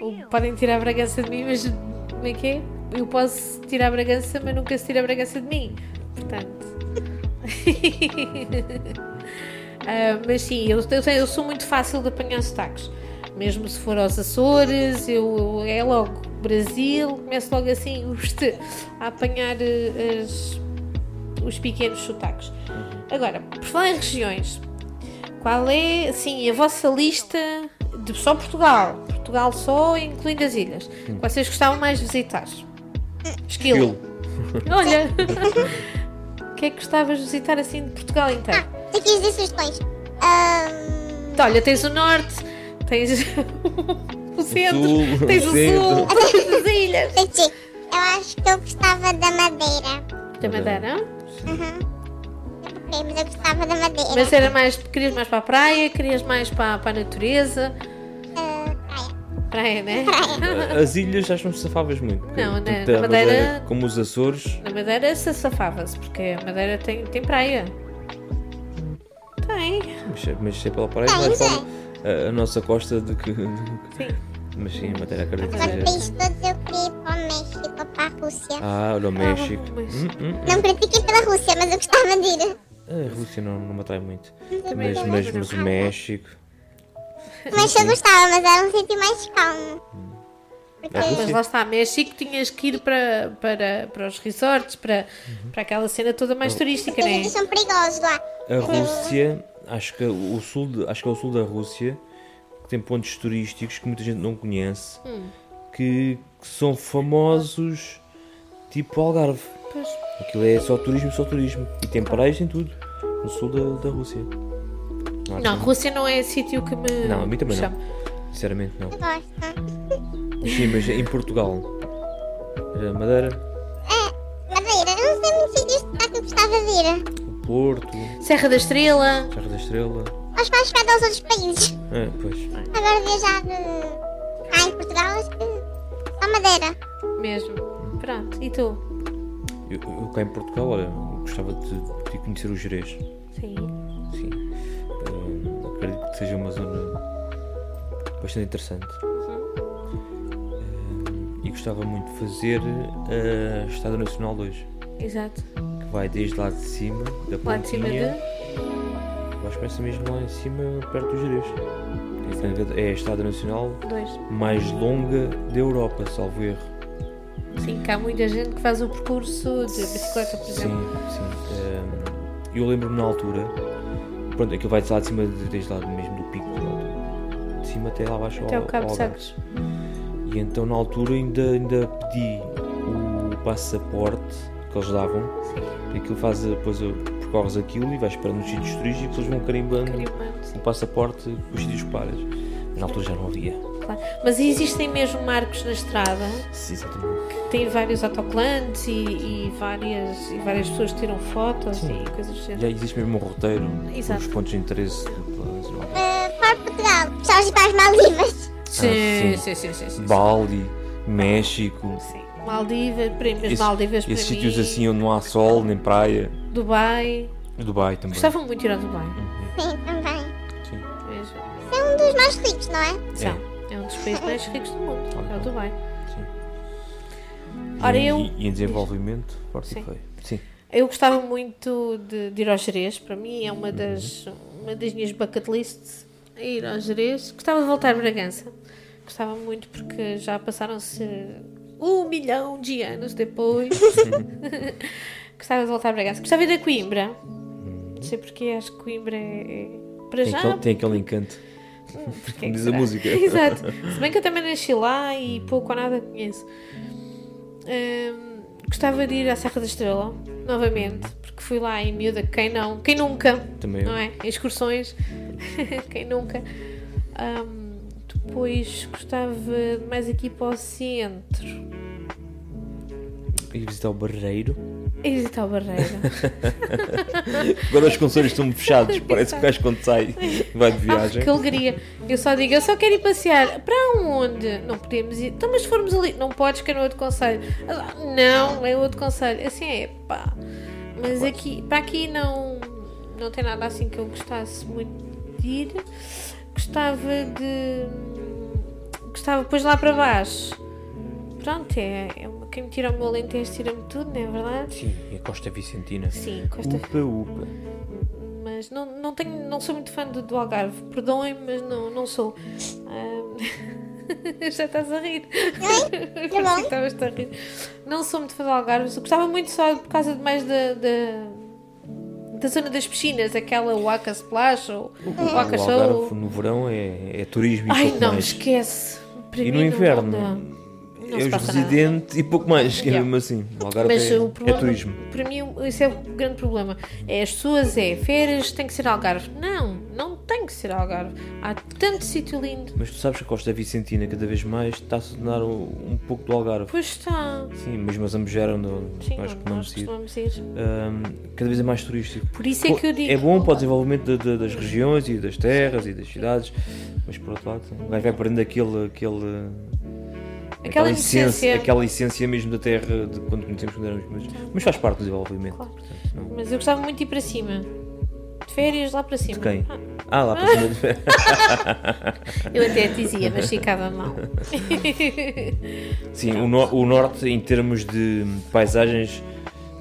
Speaker 1: O- Podem tirar a Bragança de mim, mas como é que é? Eu posso tirar a Bragança, mas nunca se tira a Bragança de mim. Portanto. <laughs> Ah, mas sim, eu, eu, sei- eu sou muito fácil de apanhar sotaques. Mesmo se for aos Açores, eu, eu- é logo Brasil, começo logo assim ust, a apanhar eh, as- os pequenos sotaques. Agora, por falar em regiões, qual é, sim, a vossa lista de só Portugal? Portugal só, incluindo as ilhas. Que vocês gostavam mais de visitar? Esquilo. Olha! O que é que gostavas de visitar assim de Portugal inteiro?
Speaker 3: Eu quis dizer sugestões. Ahm,
Speaker 1: Então, Olha, tens o norte, tens <laughs> o centro,
Speaker 2: sul,
Speaker 1: tens o sul,
Speaker 2: centro.
Speaker 1: tens as ilhas.
Speaker 3: sei que eu acho que eu gostava da madeira.
Speaker 1: Da Madeira?
Speaker 3: Ok, mas eu gostava da madeira.
Speaker 1: Mas era É mais, querias mais para a praia, querias mais para, para a natureza.
Speaker 3: Ah, praia.
Speaker 1: <laughs> Praia, né?
Speaker 2: As ilhas já não safavas muito. porque
Speaker 1: Não,
Speaker 2: tanto
Speaker 1: na-
Speaker 2: da
Speaker 1: na Madeira-
Speaker 2: como os Açores.
Speaker 1: Na Madeira se safava-se, porque a Madeira tem, tem praia. Tem.
Speaker 2: Mas, é- mas sei pela praia,
Speaker 1: Ah,
Speaker 3: Não,
Speaker 2: mais
Speaker 3: não é.
Speaker 2: para a, a nossa costa do que. do que-
Speaker 1: Sim. é
Speaker 2: Mas sim, a matéria acredito que
Speaker 3: Agora,
Speaker 2: seja.
Speaker 3: países todos eu queria ir para o México ou para a Rússia.
Speaker 2: Ah, olha o México.
Speaker 1: mas-
Speaker 2: Hum, hum, hum.
Speaker 3: Não critiquei pela Rússia, mas eu gostava de ir.
Speaker 2: A Rússia não, não me atrai muito.
Speaker 1: Também
Speaker 2: Mas,
Speaker 1: não é
Speaker 2: mas,
Speaker 1: gosto,
Speaker 2: mas o
Speaker 1: não.
Speaker 2: México.
Speaker 3: Mas eu gostava, mas era um sítio mais calmo. Porque
Speaker 2: Ah,
Speaker 1: Mas lá está, México tinhas que ir para, para, para os resorts, para,
Speaker 2: Uhum.
Speaker 1: para aquela cena toda mais turística,
Speaker 3: os
Speaker 1: né?
Speaker 3: sítios são perigosos lá.
Speaker 2: A É,
Speaker 1: Então,
Speaker 2: Rússia, acho que, o sul de- acho que é o sul da Rússia, que tem pontos turísticos que muita gente não conhece,
Speaker 1: Hum.
Speaker 2: que, que são famosos tipo Algarve.
Speaker 1: Pois.
Speaker 2: Aquilo é só turismo, só turismo. E tem praias em tudo, no sul da, da Rússia. Não, há
Speaker 1: Não,
Speaker 2: como-
Speaker 1: Rússia não é sítio que me.
Speaker 2: não, a mim também
Speaker 1: me
Speaker 2: não.
Speaker 1: chama.
Speaker 2: Sinceramente não.
Speaker 3: Eu gosto.
Speaker 2: Mas Sim, mas em Portugal. Era Madeira,
Speaker 3: Madeira, eu não sei muitos sítios de lá que eu gostava de ir.
Speaker 2: o Porto,
Speaker 1: Serra da Estrela.
Speaker 2: Serra da Estrela.
Speaker 3: Acho que vais ficar aos outros países.
Speaker 2: É, pois.
Speaker 3: Agora viajar de... cá em Portugal, acho que só Madeira.
Speaker 1: Mesmo. Pronto, e tu?
Speaker 2: Eu, eu cá em Portugal, olha, gostava de, de conhecer o Jerez.
Speaker 1: Sim.
Speaker 2: Sim. Eh, acredito que seja uma zona bastante interessante. Eh, e gostava muito de fazer a Estrada Nacional 2,
Speaker 1: Exato.
Speaker 2: que vai desde lá de cima, da
Speaker 1: Lá de cima
Speaker 2: Pontinha,
Speaker 1: de.
Speaker 2: eu acho que começa mesmo lá em cima, perto do Jerez. E, portanto, É a Estrada Nacional
Speaker 1: Dois.
Speaker 2: mais longa da Europa, salvo erro.
Speaker 1: Sim, que há muita gente que faz o percurso de bicicleta, por
Speaker 2: Sim,
Speaker 1: exemplo.
Speaker 2: sim. Ehm, eu lembro-me na altura, pronto, aquilo vai de lá de cima, de- desde lá mesmo do pico, lá do- de cima até lá abaixo
Speaker 1: Até
Speaker 2: ao,
Speaker 1: o Cabo
Speaker 2: ao Algarve.
Speaker 1: Sagres.
Speaker 2: E então na altura ainda, ainda pedi o passaporte que eles davam,
Speaker 1: Sim.
Speaker 2: e aquilo faz, depois percorres aquilo e vais para nos sítios turísticos, eles vão carimbando
Speaker 1: Carimando,
Speaker 2: o
Speaker 1: sim,
Speaker 2: passaporte com os sítios que paras. Mas na altura já não havia.
Speaker 1: claro. Mas existem mesmo marcos na estrada,
Speaker 2: Sim, exatamente.
Speaker 1: tem vários autocolantes e, e várias, e várias pessoas tiram fotos
Speaker 2: Sim.
Speaker 1: e coisas do género.
Speaker 2: Já existe mesmo um roteiro,
Speaker 1: Exato.
Speaker 2: os pontos de interesse do Plano Nacional.
Speaker 3: Ah, para Portugal, precisavas ir para as Maldivas.
Speaker 1: Sim,
Speaker 2: Ah,
Speaker 1: sim, sim, sim, sim.
Speaker 2: Bali, México,
Speaker 1: Sim. Maldivas, primeiras
Speaker 2: Esse-
Speaker 1: Maldivas para
Speaker 2: esses
Speaker 1: mim,
Speaker 2: sítios assim onde não há sol nem praia.
Speaker 1: Dubai.
Speaker 2: Dubai também.
Speaker 1: Gostavam muito de ir ao Dubai.
Speaker 2: Uhum.
Speaker 3: Sim, também.
Speaker 2: Sim.
Speaker 1: Mesmo.
Speaker 3: É um dos mais ricos, não é?
Speaker 1: São. É. um dos países mais ricos do mundo. É o Dubai.
Speaker 2: Sim.
Speaker 1: Ora,
Speaker 2: e,
Speaker 1: eu-
Speaker 2: e em desenvolvimento, forte
Speaker 1: Sim.
Speaker 2: e feio. Sim.
Speaker 1: Eu gostava muito de, de ir ao Jerez. Para mim é uma das, uma das minhas bucket lists. é Ir ao Jerez. Gostava de voltar a Bragança. Gostava muito porque já passaram-se um milhão de anos depois. gostava de voltar a Bragança. Gostava de ir a Coimbra. Não sei porque acho que Coimbra é... é- Para
Speaker 2: Tem,
Speaker 1: já,
Speaker 2: aquele, tem aquele encanto.
Speaker 1: Porque
Speaker 2: Como
Speaker 1: é que
Speaker 2: diz a
Speaker 1: será? <laughs>
Speaker 2: música.
Speaker 1: Exato. Se bem que eu também nasci lá e pouco ou nada conheço. Hum, Gostava de ir à Serra da Estrela, novamente, porque fui lá em miúda, quem não, quem nunca,
Speaker 2: Também eu.
Speaker 1: não é? Em Excursões, <laughs> quem nunca. Ahm, depois gostava de mais aqui para o centro.
Speaker 2: E visitar o Barreiro.
Speaker 1: Ir visitar o Barreiro.
Speaker 2: Agora os conselhos estão fechados, parece que o gajo quando sai vai de viagem.
Speaker 1: Ah, que alegria. Eu só digo, eu só quero ir passear. Para onde? Não podemos ir. Então, mas se formos ali, não podes, que é no outro conselho. Ah, Não, é outro conselho. Assim é, pá. Mas aqui, para aqui não, não tem nada assim que eu gostasse muito de ir. Gostava de. Gostava, depois lá para baixo. Pronto, é, é uma- quem me tira o meu lentejo tira-me tudo, não é verdade?
Speaker 2: Sim, a Costa Vicentina.
Speaker 1: Sim, Costa Hum,
Speaker 2: Upa, upa.
Speaker 1: mas não, não, tenho, não sou muito fã do, do Algarve. Perdoem-me, mas não, não sou. Ah, <laughs> Já estás a rir. <laughs>
Speaker 3: bom.
Speaker 1: Estavas a rir. Não sou muito fã do Algarve. Gostava muito só por causa de mais da, da, da zona das piscinas, aquela Waka Splash ou
Speaker 2: O
Speaker 1: Waka
Speaker 2: Algarve
Speaker 1: Show.
Speaker 2: no verão é, é turismo e
Speaker 1: Ai,
Speaker 2: pouco
Speaker 1: não,
Speaker 2: mais.
Speaker 1: esquece. Para
Speaker 2: E
Speaker 1: mim
Speaker 2: no inverno
Speaker 1: Não, dá. Não
Speaker 2: é
Speaker 1: se
Speaker 2: os
Speaker 1: passa nada.
Speaker 2: residentes e pouco mais, que é
Speaker 1: Yeah.
Speaker 2: mesmo assim. O Algarve
Speaker 1: Mas
Speaker 2: é,
Speaker 1: o problema,
Speaker 2: é turismo.
Speaker 1: para mim, esse é o grande problema. É as pessoas, é férias, tem que ser Algarve. Não, não tem que ser Algarve. Há tanto sítio lindo.
Speaker 2: Mas tu sabes que a Costa Vicentina cada vez mais está a se tornar um, um pouco do Algarve.
Speaker 1: Pois está.
Speaker 2: Sim, mesmo as ambos eram do
Speaker 1: Sim,
Speaker 2: acho
Speaker 1: nós
Speaker 2: que não me sigo.
Speaker 1: costumamos ir.
Speaker 2: Ahm, cada vez é mais turístico.
Speaker 1: Por isso é que eu digo.
Speaker 2: É bom para o desenvolvimento da- da- das regiões e das terras e das cidades, mas por outro lado, o gajo vai perdendo aquele, aquele,
Speaker 1: Aquela
Speaker 2: essência,
Speaker 1: essência.
Speaker 2: aquela essência mesmo da terra de quando conhecemos quando éramos miúdos. Mas faz parte do desenvolvimento.
Speaker 1: Claro.
Speaker 2: portanto, não-
Speaker 1: Mas eu gostava muito de ir para cima. De férias, lá para cima.
Speaker 2: De quem?
Speaker 1: Ah,
Speaker 2: Ah, lá para cima
Speaker 1: <laughs>
Speaker 2: de
Speaker 1: eu até te dizia, mas ficava
Speaker 2: <laughs>
Speaker 1: mal.
Speaker 2: Sim, o, no- o norte, em termos de paisagens,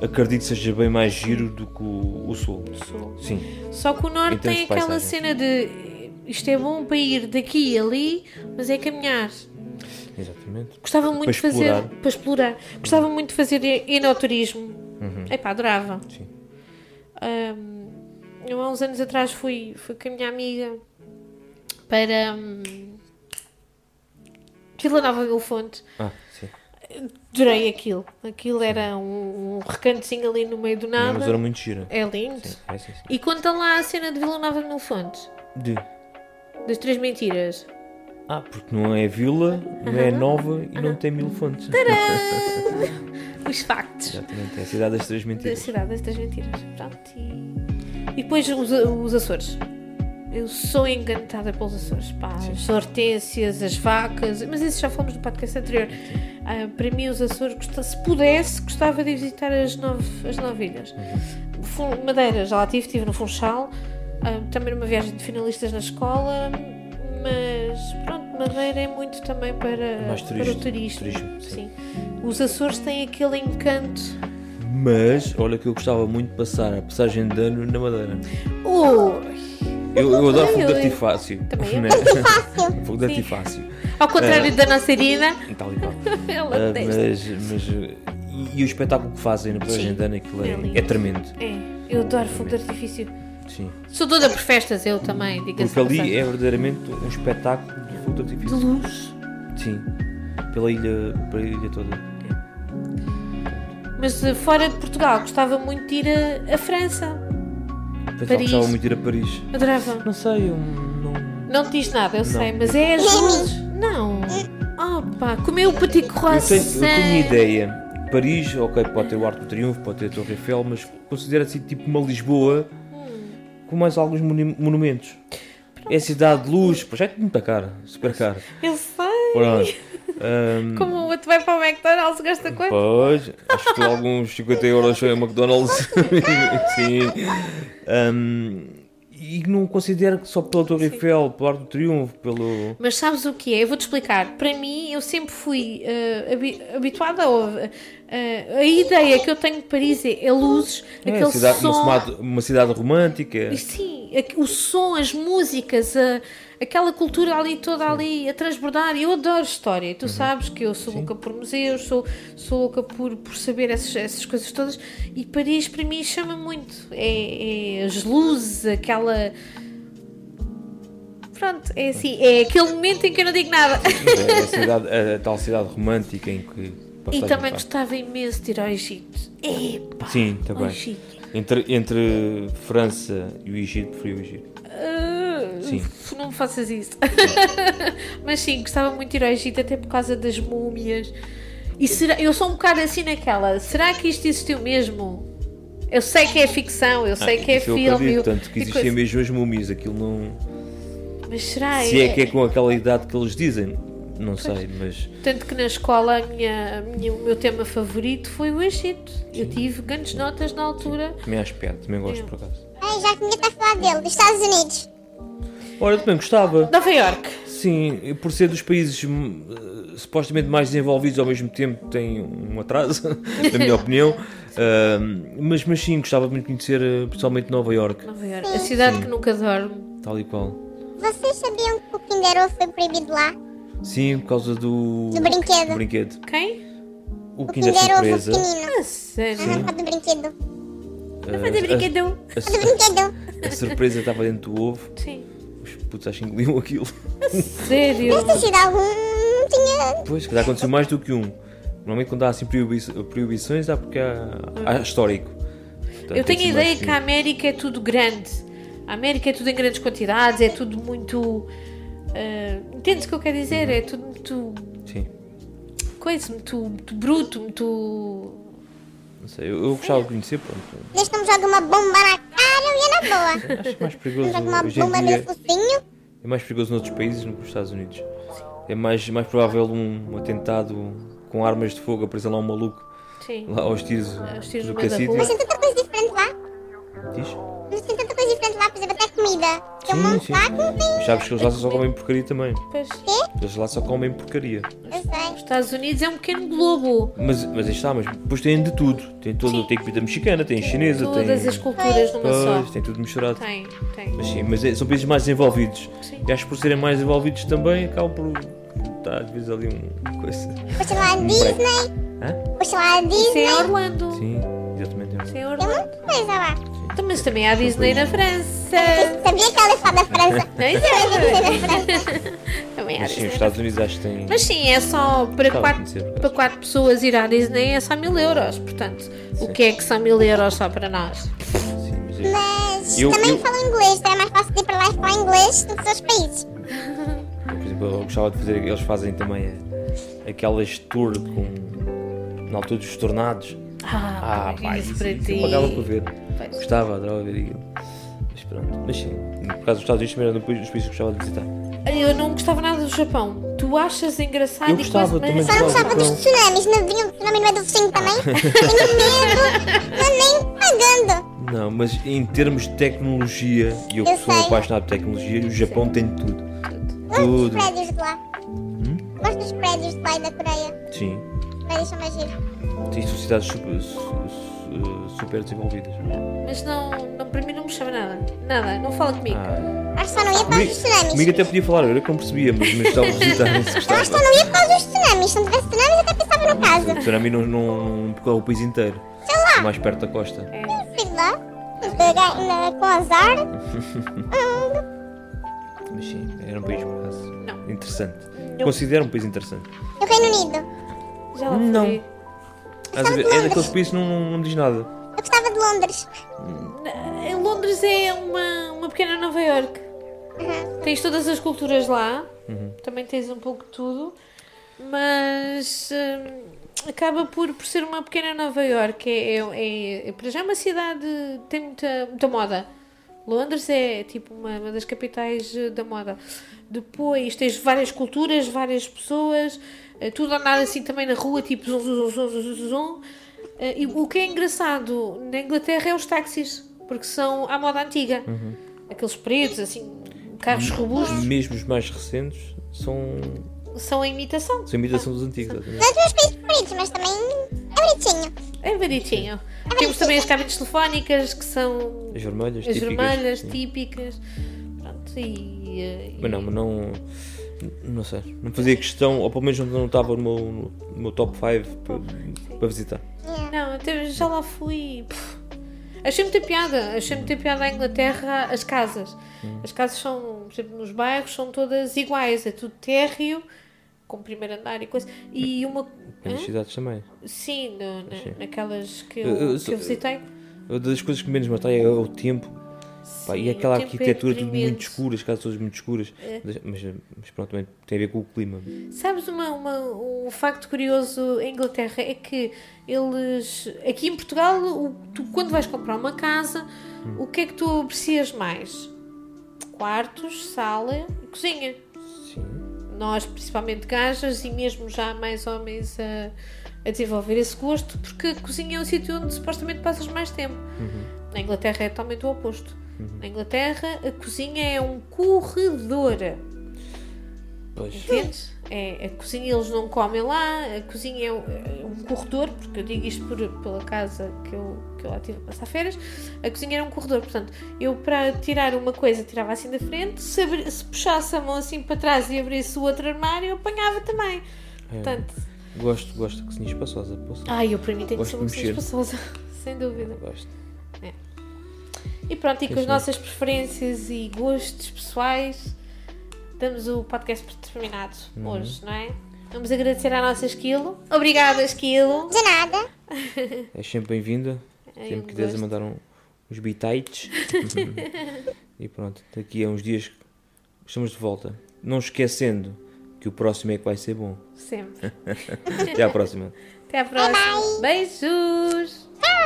Speaker 2: acredito que seja bem mais giro do que o, o sul.
Speaker 1: Sul.
Speaker 2: Sim,
Speaker 1: Só que o
Speaker 2: Em
Speaker 1: norte
Speaker 2: termos
Speaker 1: tem
Speaker 2: de
Speaker 1: aquela
Speaker 2: paisagem.
Speaker 1: cena de isto é bom para ir daqui e ali, mas é caminhar.
Speaker 2: exatamente.
Speaker 1: Gostava muito
Speaker 2: Para
Speaker 1: de fazer
Speaker 2: explorar. Uhum.
Speaker 1: para explorar. Gostava muito de fazer enoturismo. Epá, adorava.
Speaker 2: Sim.
Speaker 1: Ahm, eu há uns anos atrás fui, fui com a minha amiga para hum, Vila Nova Belo Fonte.
Speaker 2: Ah, sim.
Speaker 1: Adorei aquilo. Aquilo era um, um recantozinho ali no meio do
Speaker 2: Não, mas era
Speaker 1: nada.
Speaker 2: muito giro.
Speaker 1: É lindo.
Speaker 2: Sim, é, sim, sim.
Speaker 1: E conta lá a cena de Vila Nova Belo Fonte.
Speaker 2: De-
Speaker 1: Das três mentiras.
Speaker 2: Ah, porque não é vila, não é nova e não tem mil fontes.
Speaker 1: Os factos.
Speaker 2: <laughs> Exatamente, é a cidade das três
Speaker 1: da
Speaker 2: mentiras.
Speaker 1: cidade das mentiras. Pronto, e... e depois os, os Açores. Eu sou encantada pelos Açores. Pá, as hortênsias, as vacas, mas isso já fomos no podcast anterior. Ah, para mim, os Açores, gosta- se pudesse, gostava de visitar as nove, as nove ilhas.
Speaker 2: Uhum.
Speaker 1: Fun- Madeira, já lá tive, estive no Funchal. ah, também numa viagem de finalistas na escola. Mas pronto, Madeira é muito também para,
Speaker 2: É mais
Speaker 1: para o
Speaker 2: turismo,
Speaker 1: turismo.
Speaker 2: turismo, sim.
Speaker 1: sim. Os Açores têm aquele encanto.
Speaker 2: Mas, olha que eu gostava muito de passar a passagem de ano na Madeira. Oh!
Speaker 1: Ui!
Speaker 2: Eu, eu adoro fogo de
Speaker 1: Ai, ai.
Speaker 2: artifácio. <laughs>
Speaker 1: Também eu.
Speaker 2: né?
Speaker 3: Fácil.
Speaker 2: Fogo de
Speaker 1: Sim.
Speaker 2: artifácio.
Speaker 1: Ao contrário da nossa Irina,
Speaker 2: Tal e qual.
Speaker 1: <laughs> ela
Speaker 2: É. Ah,
Speaker 1: detesta.
Speaker 2: mas, mas, eh, e, e o espetáculo que fazem na passagem
Speaker 1: Sim.
Speaker 2: de ano, aquilo
Speaker 1: É
Speaker 2: é,
Speaker 1: lindo.
Speaker 2: é tremendo.
Speaker 1: É, eu adoro fogo de artifício.
Speaker 2: Sim.
Speaker 1: Sou toda por festas, eu também, diga-se.
Speaker 2: Porque ali
Speaker 1: de
Speaker 2: é
Speaker 1: passagem.
Speaker 2: verdadeiramente um espetáculo de fogo de
Speaker 1: De
Speaker 2: artifício.
Speaker 1: luz.
Speaker 2: Sim. Pela ilha, pela ilha toda. é-
Speaker 1: Mas eh, fora de Portugal, gostava muito de ir a, a França.
Speaker 2: Pensava que
Speaker 1: Paris.
Speaker 2: gostava muito de ir a Paris.
Speaker 1: Adorava.
Speaker 2: Não sei, eu não.
Speaker 1: Não te diz nada, eu sei, mas é as luzes. Não. Oh pá, comer o petit
Speaker 2: Eu tenho,
Speaker 1: croissant.
Speaker 2: eu tenho ideia. Paris, ok, pode ter o Arco do Triunfo, pode ter a Torre Eiffel, mas considera-se tipo uma Lisboa com mais alguns moni- monumentos. É a cidade de luz, pois é que muito cara, super cara.
Speaker 1: Eu sei.
Speaker 2: Pronto. Ahm,
Speaker 1: Como o outro vai para o McDonald's, gasta quanto?
Speaker 2: pois, acho que alguns 50 euros em McDonald's. <laughs> Sim. Ahm, e não considero que só pela Torre Eiffel, pelo Arco do Triunfo, pelo.
Speaker 1: Mas sabes o que é? Eu vou-te explicar. Para mim, eu sempre fui eh, habi- habituada a, eh, a ideia que eu tenho de Paris é, é luzes,
Speaker 2: É,
Speaker 1: aquele
Speaker 2: cidade-
Speaker 1: som.
Speaker 2: uma, cidade, uma cidade romântica.
Speaker 1: Sim, aqu- o som, as músicas, a- aquela cultura ali toda ali a transbordar. Eu adoro história. E
Speaker 2: Uhum.
Speaker 1: Tu sabes que eu sou louca por museus, sou, sou louca por, por saber essas, essas coisas todas. E Paris, para mim, chama muito. É, é as luzes, aquela. Pronto, é
Speaker 2: né,
Speaker 1: assim, é aquele momento em que eu não digo nada.
Speaker 2: É a, cidade- a- a tal cidade romântica em que para
Speaker 1: E
Speaker 2: estar
Speaker 1: também
Speaker 2: junto.
Speaker 1: gostava imenso de ir ao Egito. Epá!
Speaker 2: Sim,
Speaker 1: Ao
Speaker 2: também.
Speaker 1: Egito.
Speaker 2: Entre, entre França e o Egito, preferi o Egito.
Speaker 1: Ah,
Speaker 2: Sim.
Speaker 1: f- Não faças isso. Mas sim, gostava muito de ir ao Egito, até por causa das múmias. E será, eu sou um bocado assim naquela. Será que isto existiu mesmo? Eu sei que é ficção, eu sei que é
Speaker 2: Ah, Isso eu
Speaker 1: filme. eu-
Speaker 2: acredito, tanto que
Speaker 1: e
Speaker 2: existiam
Speaker 1: coisa- Ah,
Speaker 2: mesmo as múmias, aquilo não.
Speaker 1: Mas será?
Speaker 2: Se é que é com aquela idade que eles dizem, não sei, mas.
Speaker 1: Tanto que na escola a minha, a minha- o meu tema favorito foi o Egito. Eu tive grandes notas na altura.
Speaker 2: Também há aspecto, também
Speaker 1: É.
Speaker 2: gosto por acaso.
Speaker 3: Ai, É, já tinha até falado dele, dos Estados Unidos.
Speaker 2: Ora, eu também gostava.
Speaker 1: Nova York.
Speaker 2: Sim, e por ser dos países hum, eh, supostamente mais desenvolvidos ao mesmo tempo tem um atraso, <laughs> na minha opinião. Ahm, mas, mas sim, gostava muito de conhecer eh, pessoalmente Nova York,
Speaker 1: Nova York. A cidade que nunca dorme.
Speaker 2: tal e qual.
Speaker 3: Vocês sabiam que o Kinder Ovo foi proibido lá?
Speaker 2: Sim, por causa do,
Speaker 3: Do brinquedo.
Speaker 2: do brinquedo.
Speaker 1: Quem?
Speaker 2: O
Speaker 3: O
Speaker 2: Kinder Surpresa.
Speaker 3: pequenino.
Speaker 1: A sério.
Speaker 3: Aham, o do brinquedo.
Speaker 2: eh,
Speaker 1: Fazer brinquedo.
Speaker 2: a,
Speaker 3: O do
Speaker 2: su-
Speaker 3: brinquedo.
Speaker 2: a surpresa estava dentro do ovo.
Speaker 1: Sim.
Speaker 2: Os putos acho que engoliam aquilo.
Speaker 1: Sério?
Speaker 3: Mas tinha sido algum. Não tinha.
Speaker 2: Pois, que já aconteceu mais do que um. Normalmente quando há assim proibi- proibições, há porque há, há histórico. Portanto,
Speaker 1: Eu
Speaker 2: tem
Speaker 1: tenho a
Speaker 2: ser mais
Speaker 1: ideia que a América é tudo grande. A América é tudo em grandes quantidades, é tudo muito. ah, entendes o que eu quero
Speaker 2: Uhum.
Speaker 1: dizer? É tudo muito.
Speaker 2: um. Sim,
Speaker 1: coisa, muito, muito bruto, muito.
Speaker 2: não sei. Eu, eu gostava de conhecer, pronto.
Speaker 3: Deste não me joga uma bomba na cara, eu ia na
Speaker 2: <laughs>
Speaker 3: boa.
Speaker 2: Acho É mais
Speaker 3: Me
Speaker 2: perigoso
Speaker 3: Joga uma
Speaker 2: hoje em
Speaker 3: bomba no
Speaker 2: dia.
Speaker 3: focinho.
Speaker 2: É mais perigoso noutros países do que nos Estados Unidos. É mais, mais provável um, atentado com armas de fogo, apresa lá um maluco,
Speaker 1: Sim.
Speaker 2: lá aos tiros,
Speaker 1: É, Aos tiros
Speaker 2: do
Speaker 1: no meio da
Speaker 2: cacete.
Speaker 1: rua.
Speaker 3: Mas tem tanta coisa diferente lá.
Speaker 2: Diz?
Speaker 3: Mas tem tanta coisa diferente lá, por exemplo, até comida. Que eu
Speaker 2: Sim,
Speaker 3: monto
Speaker 2: sim.
Speaker 3: lá que não tem.
Speaker 2: Mas sabes que eles lá só comem porcaria também.
Speaker 1: Pois.
Speaker 2: Eles lá só comem porcaria.
Speaker 3: Eu sei.
Speaker 1: Os Estados Unidos é um pequeno globo.
Speaker 2: Mas, mas aí está, mas depois têm de tudo. Tem, todo, tem comida mexicana, tem chinesa,
Speaker 1: Todas
Speaker 2: tem.
Speaker 1: as culturas numa só.
Speaker 2: Pois, tem tudo misturado.
Speaker 1: Tem, tem.
Speaker 2: Mas sim, mas é- são países mais desenvolvidos.
Speaker 1: Sim.
Speaker 2: E acho que por serem mais desenvolvidos também acabam por. Está às vezes ali um coisa.
Speaker 3: Puxa lá a Disney.
Speaker 2: Hã?
Speaker 3: Puxa lá a
Speaker 1: Isso é
Speaker 3: Disney.
Speaker 1: em Orlando. Sim.
Speaker 2: Sim, exatamente.
Speaker 1: Isso é em
Speaker 3: Tem
Speaker 1: Orlando.
Speaker 3: muita coisa lá.
Speaker 1: Então, Mas também há Disney na França.
Speaker 3: Sabia que ela é só da França.
Speaker 1: Não
Speaker 2: <laughs>
Speaker 1: é
Speaker 3: Sabia
Speaker 1: isso?
Speaker 3: que era da França.
Speaker 1: Também há
Speaker 2: Mas sim, os
Speaker 1: Disney na
Speaker 2: Estados Unidos acho que têm.
Speaker 1: é Mas sim, é só para
Speaker 2: Gostava de conhecer, por
Speaker 1: quatro,
Speaker 2: acaso.
Speaker 1: para quatro pessoas ir à Disney é só mil euros. Portanto, o que é que são mil euros só para nós?
Speaker 2: Sim, mas é-
Speaker 3: Mas
Speaker 2: Eu-
Speaker 3: também
Speaker 2: eu-
Speaker 3: falam inglês, então é mais fácil de ir para lá e falar inglês do que os outros países.
Speaker 2: Por exemplo, eu gostava de fazer, eles fazem também eh, aquelas tour com. na altura dos tornados.
Speaker 1: Ah,
Speaker 2: Ah,
Speaker 1: pá,
Speaker 2: pá,
Speaker 1: isso
Speaker 2: isso,
Speaker 1: para
Speaker 2: isso
Speaker 1: ti.
Speaker 2: eu pagava para ver.
Speaker 1: Pois.
Speaker 2: Gostava, adorava ver aquilo. Mas pronto, mas sim. Por causa dos Estados Unidos também era um país- dos países que gostava de visitar.
Speaker 1: Eu não gostava nada do Japão. Tu achas engraçado
Speaker 2: Eu
Speaker 1: e
Speaker 2: gostava,
Speaker 1: coisa, mas
Speaker 2: também
Speaker 3: Só não
Speaker 2: Claro,
Speaker 3: gostava dos
Speaker 2: então.
Speaker 3: tsunamis, não vinha um tsunami no meio do
Speaker 2: <laughs>
Speaker 3: focinho também. Tenho medo, mas nem pagando.
Speaker 2: Não, mas em termos de tecnologia, e eu,
Speaker 3: Eu
Speaker 2: que sou
Speaker 3: sei.
Speaker 2: apaixonado por tecnologia, o Japão tem tudo.
Speaker 3: Gosto dos
Speaker 2: Tudo. Hum?
Speaker 3: prédios de lá. Gosto dos prédios de lá e da Coreia.
Speaker 2: Sim.
Speaker 3: Os prédios são mais giros.
Speaker 2: Tem sociedades super, su- su- super desenvolvidas.
Speaker 1: mas não, não, para mim não me chama nada. Nada, não fala comigo.
Speaker 2: Ah,
Speaker 3: Acho que só não ia para os
Speaker 2: comigo,
Speaker 3: tsunamis.
Speaker 2: comigo até podia falar, eu era que não percebia, mas, mas estava a visitar um se
Speaker 3: Eu acho que só
Speaker 2: gostava.
Speaker 3: não ia para os tsunamis. Se não tivesse tsunamis, eu até pensava no
Speaker 2: O
Speaker 3: caso.
Speaker 2: tsunami não, não, não percorre o país inteiro. É mais perto da costa.
Speaker 3: Fui lá, ainda com azar. Hum,
Speaker 2: Mas sim, era um país por acaso,
Speaker 1: Não.
Speaker 2: interessante. Considero um país interessante.
Speaker 3: E o Reino Unido.
Speaker 1: Já lá fui.
Speaker 2: Não. Às
Speaker 3: Gostava de
Speaker 2: vezes- é
Speaker 3: Londres.
Speaker 2: daqueles países que não, não, não diz nada.
Speaker 3: Eu gostava de Londres.
Speaker 1: Em Londres é uma, uma pequena Nova York. Tens todas as culturas lá, também tens um pouco de tudo, mas hum, acaba por, por ser uma pequena Nova York. É, é, é- é- para já é uma cidade tem muita, muita moda. Londres é tipo uma, uma das capitais eh, da moda. Depois tens várias culturas, várias pessoas, eh, tudo a andar assim também na rua, tipo zum, zum, zum, zum, zum, zum, zum. Eh, E o que é engraçado na Inglaterra é os táxis, porque são à moda antiga.
Speaker 2: Uhum.
Speaker 1: Aqueles pretos, assim, carros robustos,
Speaker 2: Mesmo os mais recentes são,
Speaker 1: são a imitação.
Speaker 2: são imitação dos antigos. Exatamente.
Speaker 3: Não é dos meus países favoritos, mas também é bonitinho.
Speaker 1: É bonitinho. Temos também as cabines telefónicas, que são
Speaker 2: As vermelhas,
Speaker 1: as
Speaker 2: típicas.
Speaker 1: vermelhas,
Speaker 2: Sim.
Speaker 1: típicas. Pronto, e, eh,
Speaker 2: Mas não, mas não. Não sei. Não fazia questão, ou pelo menos não estava no meu, no meu top 5 para, para visitar.
Speaker 1: Não, até já lá fui. Puf. Achei muita piada. Achei muita piada à Inglaterra as casas. As casas são, por exemplo, nos bairros, são todas iguais. É tudo térreo, com primeiro andar e coisa. E uma.
Speaker 2: Em muitas cidades também.
Speaker 1: Sim, no- na-
Speaker 2: Sim.
Speaker 1: naquelas que
Speaker 2: Eu- eu
Speaker 1: eu, que
Speaker 2: sou-
Speaker 1: eu visitei.
Speaker 2: Uma das coisas que menos me atrai é o tempo. Pá, e
Speaker 1: Sim,
Speaker 2: aquela
Speaker 1: o tempo é
Speaker 2: arquitetura tudo muito
Speaker 1: deprimente. É.
Speaker 2: escura, as casas todas muito escuras. Mas, mas pronto, também tem a ver com o clima.
Speaker 1: Sabes uma, uma- um facto curioso em Inglaterra é que eles aqui em Portugal o- tu, quando vais comprar uma casa o que é que tu aprecias mais? Quartos, sala e cozinha.
Speaker 2: Sim.
Speaker 1: Nós principalmente gajas e mesmo já mais homens a, a desenvolver esse gosto porque a cozinha é o sítio onde supostamente passas mais tempo. Na Inglaterra é totalmente o oposto. Na Inglaterra a cozinha é um corredor.
Speaker 2: Pois.
Speaker 1: Entendes? É, a cozinha eles não comem lá, a cozinha é um, é um corredor, porque eu digo isto por, pela casa que eu, que eu lá tive a passar férias, a cozinha era um corredor, portanto, eu para tirar uma coisa tirava assim da frente, se, abri- se puxasse a mão assim para trás e abrisse o outro armário, eu apanhava também.
Speaker 2: É.
Speaker 1: Portanto,
Speaker 2: Gosto, gosto de cozinha espaçosa. Posso?
Speaker 1: ai, eu para mim tenho que
Speaker 2: Gosto
Speaker 1: ser
Speaker 2: de
Speaker 1: uma pessoa
Speaker 2: mexer.
Speaker 1: espaçosa, <laughs> sem dúvida.
Speaker 2: Gosto.
Speaker 1: E pronto, e com as
Speaker 2: sim.
Speaker 1: nossas preferências e gostos pessoais, damos o podcast por terminado hoje, não é? Vamos agradecer à nossa Esquilo. Obrigada, Esquilo.
Speaker 3: De nada.
Speaker 2: És É sempre bem-vinda.
Speaker 1: É, eu
Speaker 2: Sempre que quiseres
Speaker 1: gosto.
Speaker 2: mandar um-
Speaker 1: <laughs>
Speaker 2: uns bitites. e pronto, daqui a uns dias estamos de volta. Não esquecendo que o próximo é que vai ser bom.
Speaker 1: Sempre.
Speaker 2: Até à próxima.
Speaker 1: Até à próxima. Beijos.
Speaker 3: Tchau.